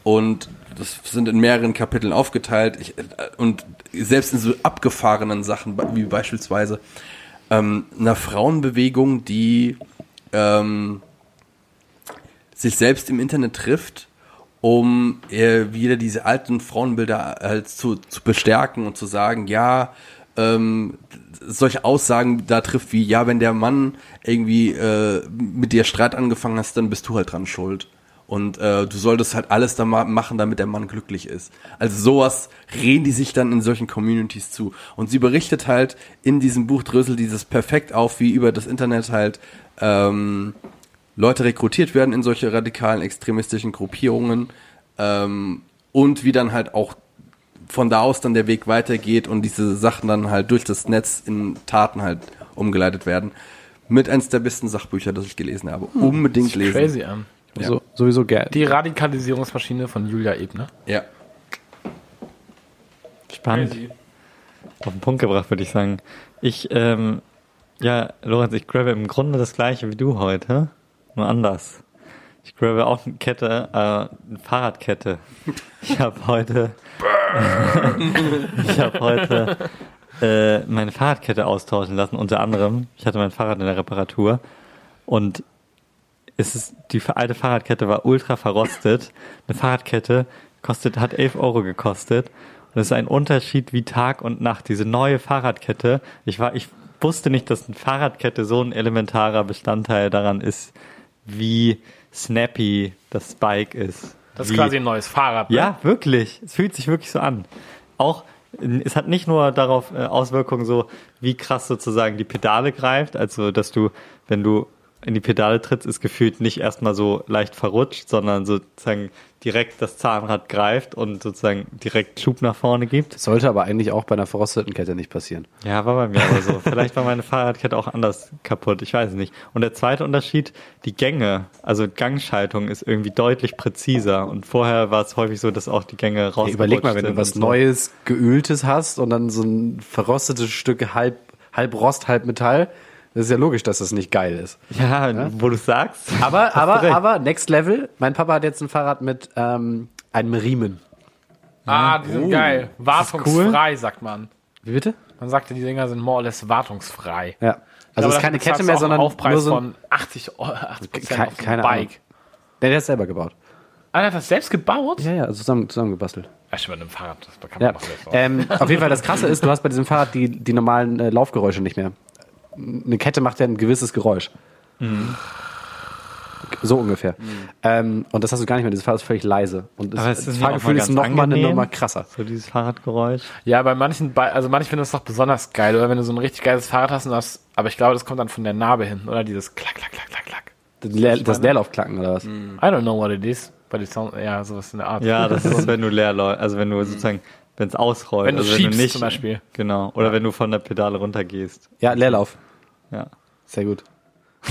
A: und das sind in mehreren Kapiteln aufgeteilt ich, äh, und selbst in so abgefahrenen Sachen wie beispielsweise ähm, einer Frauenbewegung, die ähm, sich selbst im Internet trifft, um äh, wieder diese alten Frauenbilder halt zu, zu bestärken und zu sagen, ja, ähm, solche Aussagen da trifft wie, ja, wenn der Mann irgendwie äh, mit dir Streit angefangen hast, dann bist du halt dran schuld. Und äh, du solltest halt alles da ma- machen, damit der Mann glücklich ist. Also sowas reden die sich dann in solchen Communities zu. Und sie berichtet halt in diesem Buch Drösel dieses perfekt auf, wie über das Internet halt ähm, Leute rekrutiert werden in solche radikalen extremistischen Gruppierungen ähm, und wie dann halt auch von da aus dann der Weg weitergeht und diese Sachen dann halt durch das Netz in Taten halt umgeleitet werden. Mit eins der besten Sachbücher, das ich gelesen habe. Unbedingt lesen.
C: Crazy an.
D: So, sowieso gerne.
C: Die Radikalisierungsmaschine von Julia Ebner.
A: Ja.
B: Spannend. Auf den Punkt gebracht, würde ich sagen. Ich, ähm, ja, Lorenz, ich grabe im Grunde das gleiche wie du heute, nur anders. Ich grabe auch eine Kette, äh, eine Fahrradkette. Ich habe heute, ich habe heute äh, meine Fahrradkette austauschen lassen, unter anderem. Ich hatte mein Fahrrad in der Reparatur und es ist, die alte Fahrradkette war ultra verrostet. Eine Fahrradkette kostet, hat 11 Euro gekostet. Und es ist ein Unterschied wie Tag und Nacht. Diese neue Fahrradkette, ich war, ich wusste nicht, dass eine Fahrradkette so ein elementarer Bestandteil daran ist, wie snappy das Bike ist.
C: Das
B: wie,
C: ist quasi ein neues Fahrrad. ne?
B: ja, wirklich. Es fühlt sich wirklich so an. Auch, äh, es hat nicht nur darauf äh, Auswirkungen, so wie krass sozusagen die Pedale greift, also dass du, wenn du in die Pedale trittst, ist gefühlt nicht erstmal so leicht verrutscht, sondern sozusagen direkt das Zahnrad greift und sozusagen direkt Schub nach vorne gibt.
D: Sollte aber eigentlich auch bei einer verrosteten Kette nicht passieren.
B: Ja, war bei mir aber so. Vielleicht war meine Fahrradkette auch anders kaputt, ich weiß nicht. Und der zweite Unterschied, die Gänge, also Gangschaltung ist irgendwie deutlich präziser. Und vorher war es häufig so, dass auch die Gänge raus.
D: Hey, überleg mal, wenn du was Neues, Geöltes hast und dann so ein verrostetes Stück halb, halb Rost, halb Metall, das ist ja logisch, dass das nicht geil ist.
B: Ja, wo du sagst.
D: Aber,
B: Hast du
D: aber,
B: recht.
D: aber, next level. Mein Papa hat jetzt ein Fahrrad mit ähm, einem Riemen.
C: Ah, die
D: Oh.
C: sind geil. Wartungsfrei, sagt man.
D: Wie bitte?
C: Man sagte, die Dinger sind more or less wartungsfrei.
D: Ja. Also es ist keine Kette mehr, sondern
C: halt Aufpreis
D: nur so ein,
C: von 80 Euro. 80
D: Ke-
C: auf dem
D: keine
C: Bike.
D: Nee, der hat selber gebaut.
C: Alter, hat das selbst gebaut?
D: Ja, ja, zusammen, zusammengebastelt.
C: Ach, schon mit einem Fahrrad. Das kann man
D: Ja.
C: doch selbst machen.
D: Ähm, auf jeden Fall, das Krasse ist, du hast bei diesem Fahrrad die, die normalen äh, Laufgeräusche nicht mehr. Eine Kette macht ja ein gewisses Geräusch. So ungefähr. Ähm, und das hast du gar nicht mehr. Dieses Fahrrad ist völlig leise. Und das,
B: Aber es ist
D: das
B: nicht auch
D: Fahrgefühl
B: mal
D: ist
B: ganz
D: nochmal eine
B: angenehm?
D: Nummer krasser.
B: So dieses Fahrradgeräusch.
C: Ja, bei manchen, Bi- also manche finden das doch besonders geil, oder wenn du so ein richtig geiles Fahrrad hast und das, aber ich glaube, das kommt dann von der Narbe hin, oder? Dieses Klack, Klack, Klack, Klack, Klack.
D: Das, Leer, das Leerlaufklacken oder was?
C: I don't know what it is, but it sounds, ja, sowas in der Art.
B: Ja, das ist, wenn du leer läufst. Also wenn du sozusagen, wenn es ausrollt.
C: Wenn du
B: also
C: schiebst zum Beispiel.
B: Genau. Oder wenn du von der Pedale runtergehst.
D: Ja, Leerlauf.
B: Ja.
D: Sehr gut.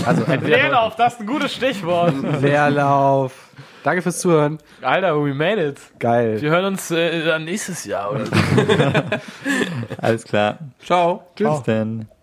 D: Also
C: Leerlauf, das ist ein gutes Stichwort.
D: Leerlauf. Danke fürs Zuhören.
C: Alter, we made it.
D: Geil.
C: Wir hören uns äh, dann nächstes Jahr, oder?
B: Alles klar.
A: Ciao.
C: Oh.
B: Bis dann.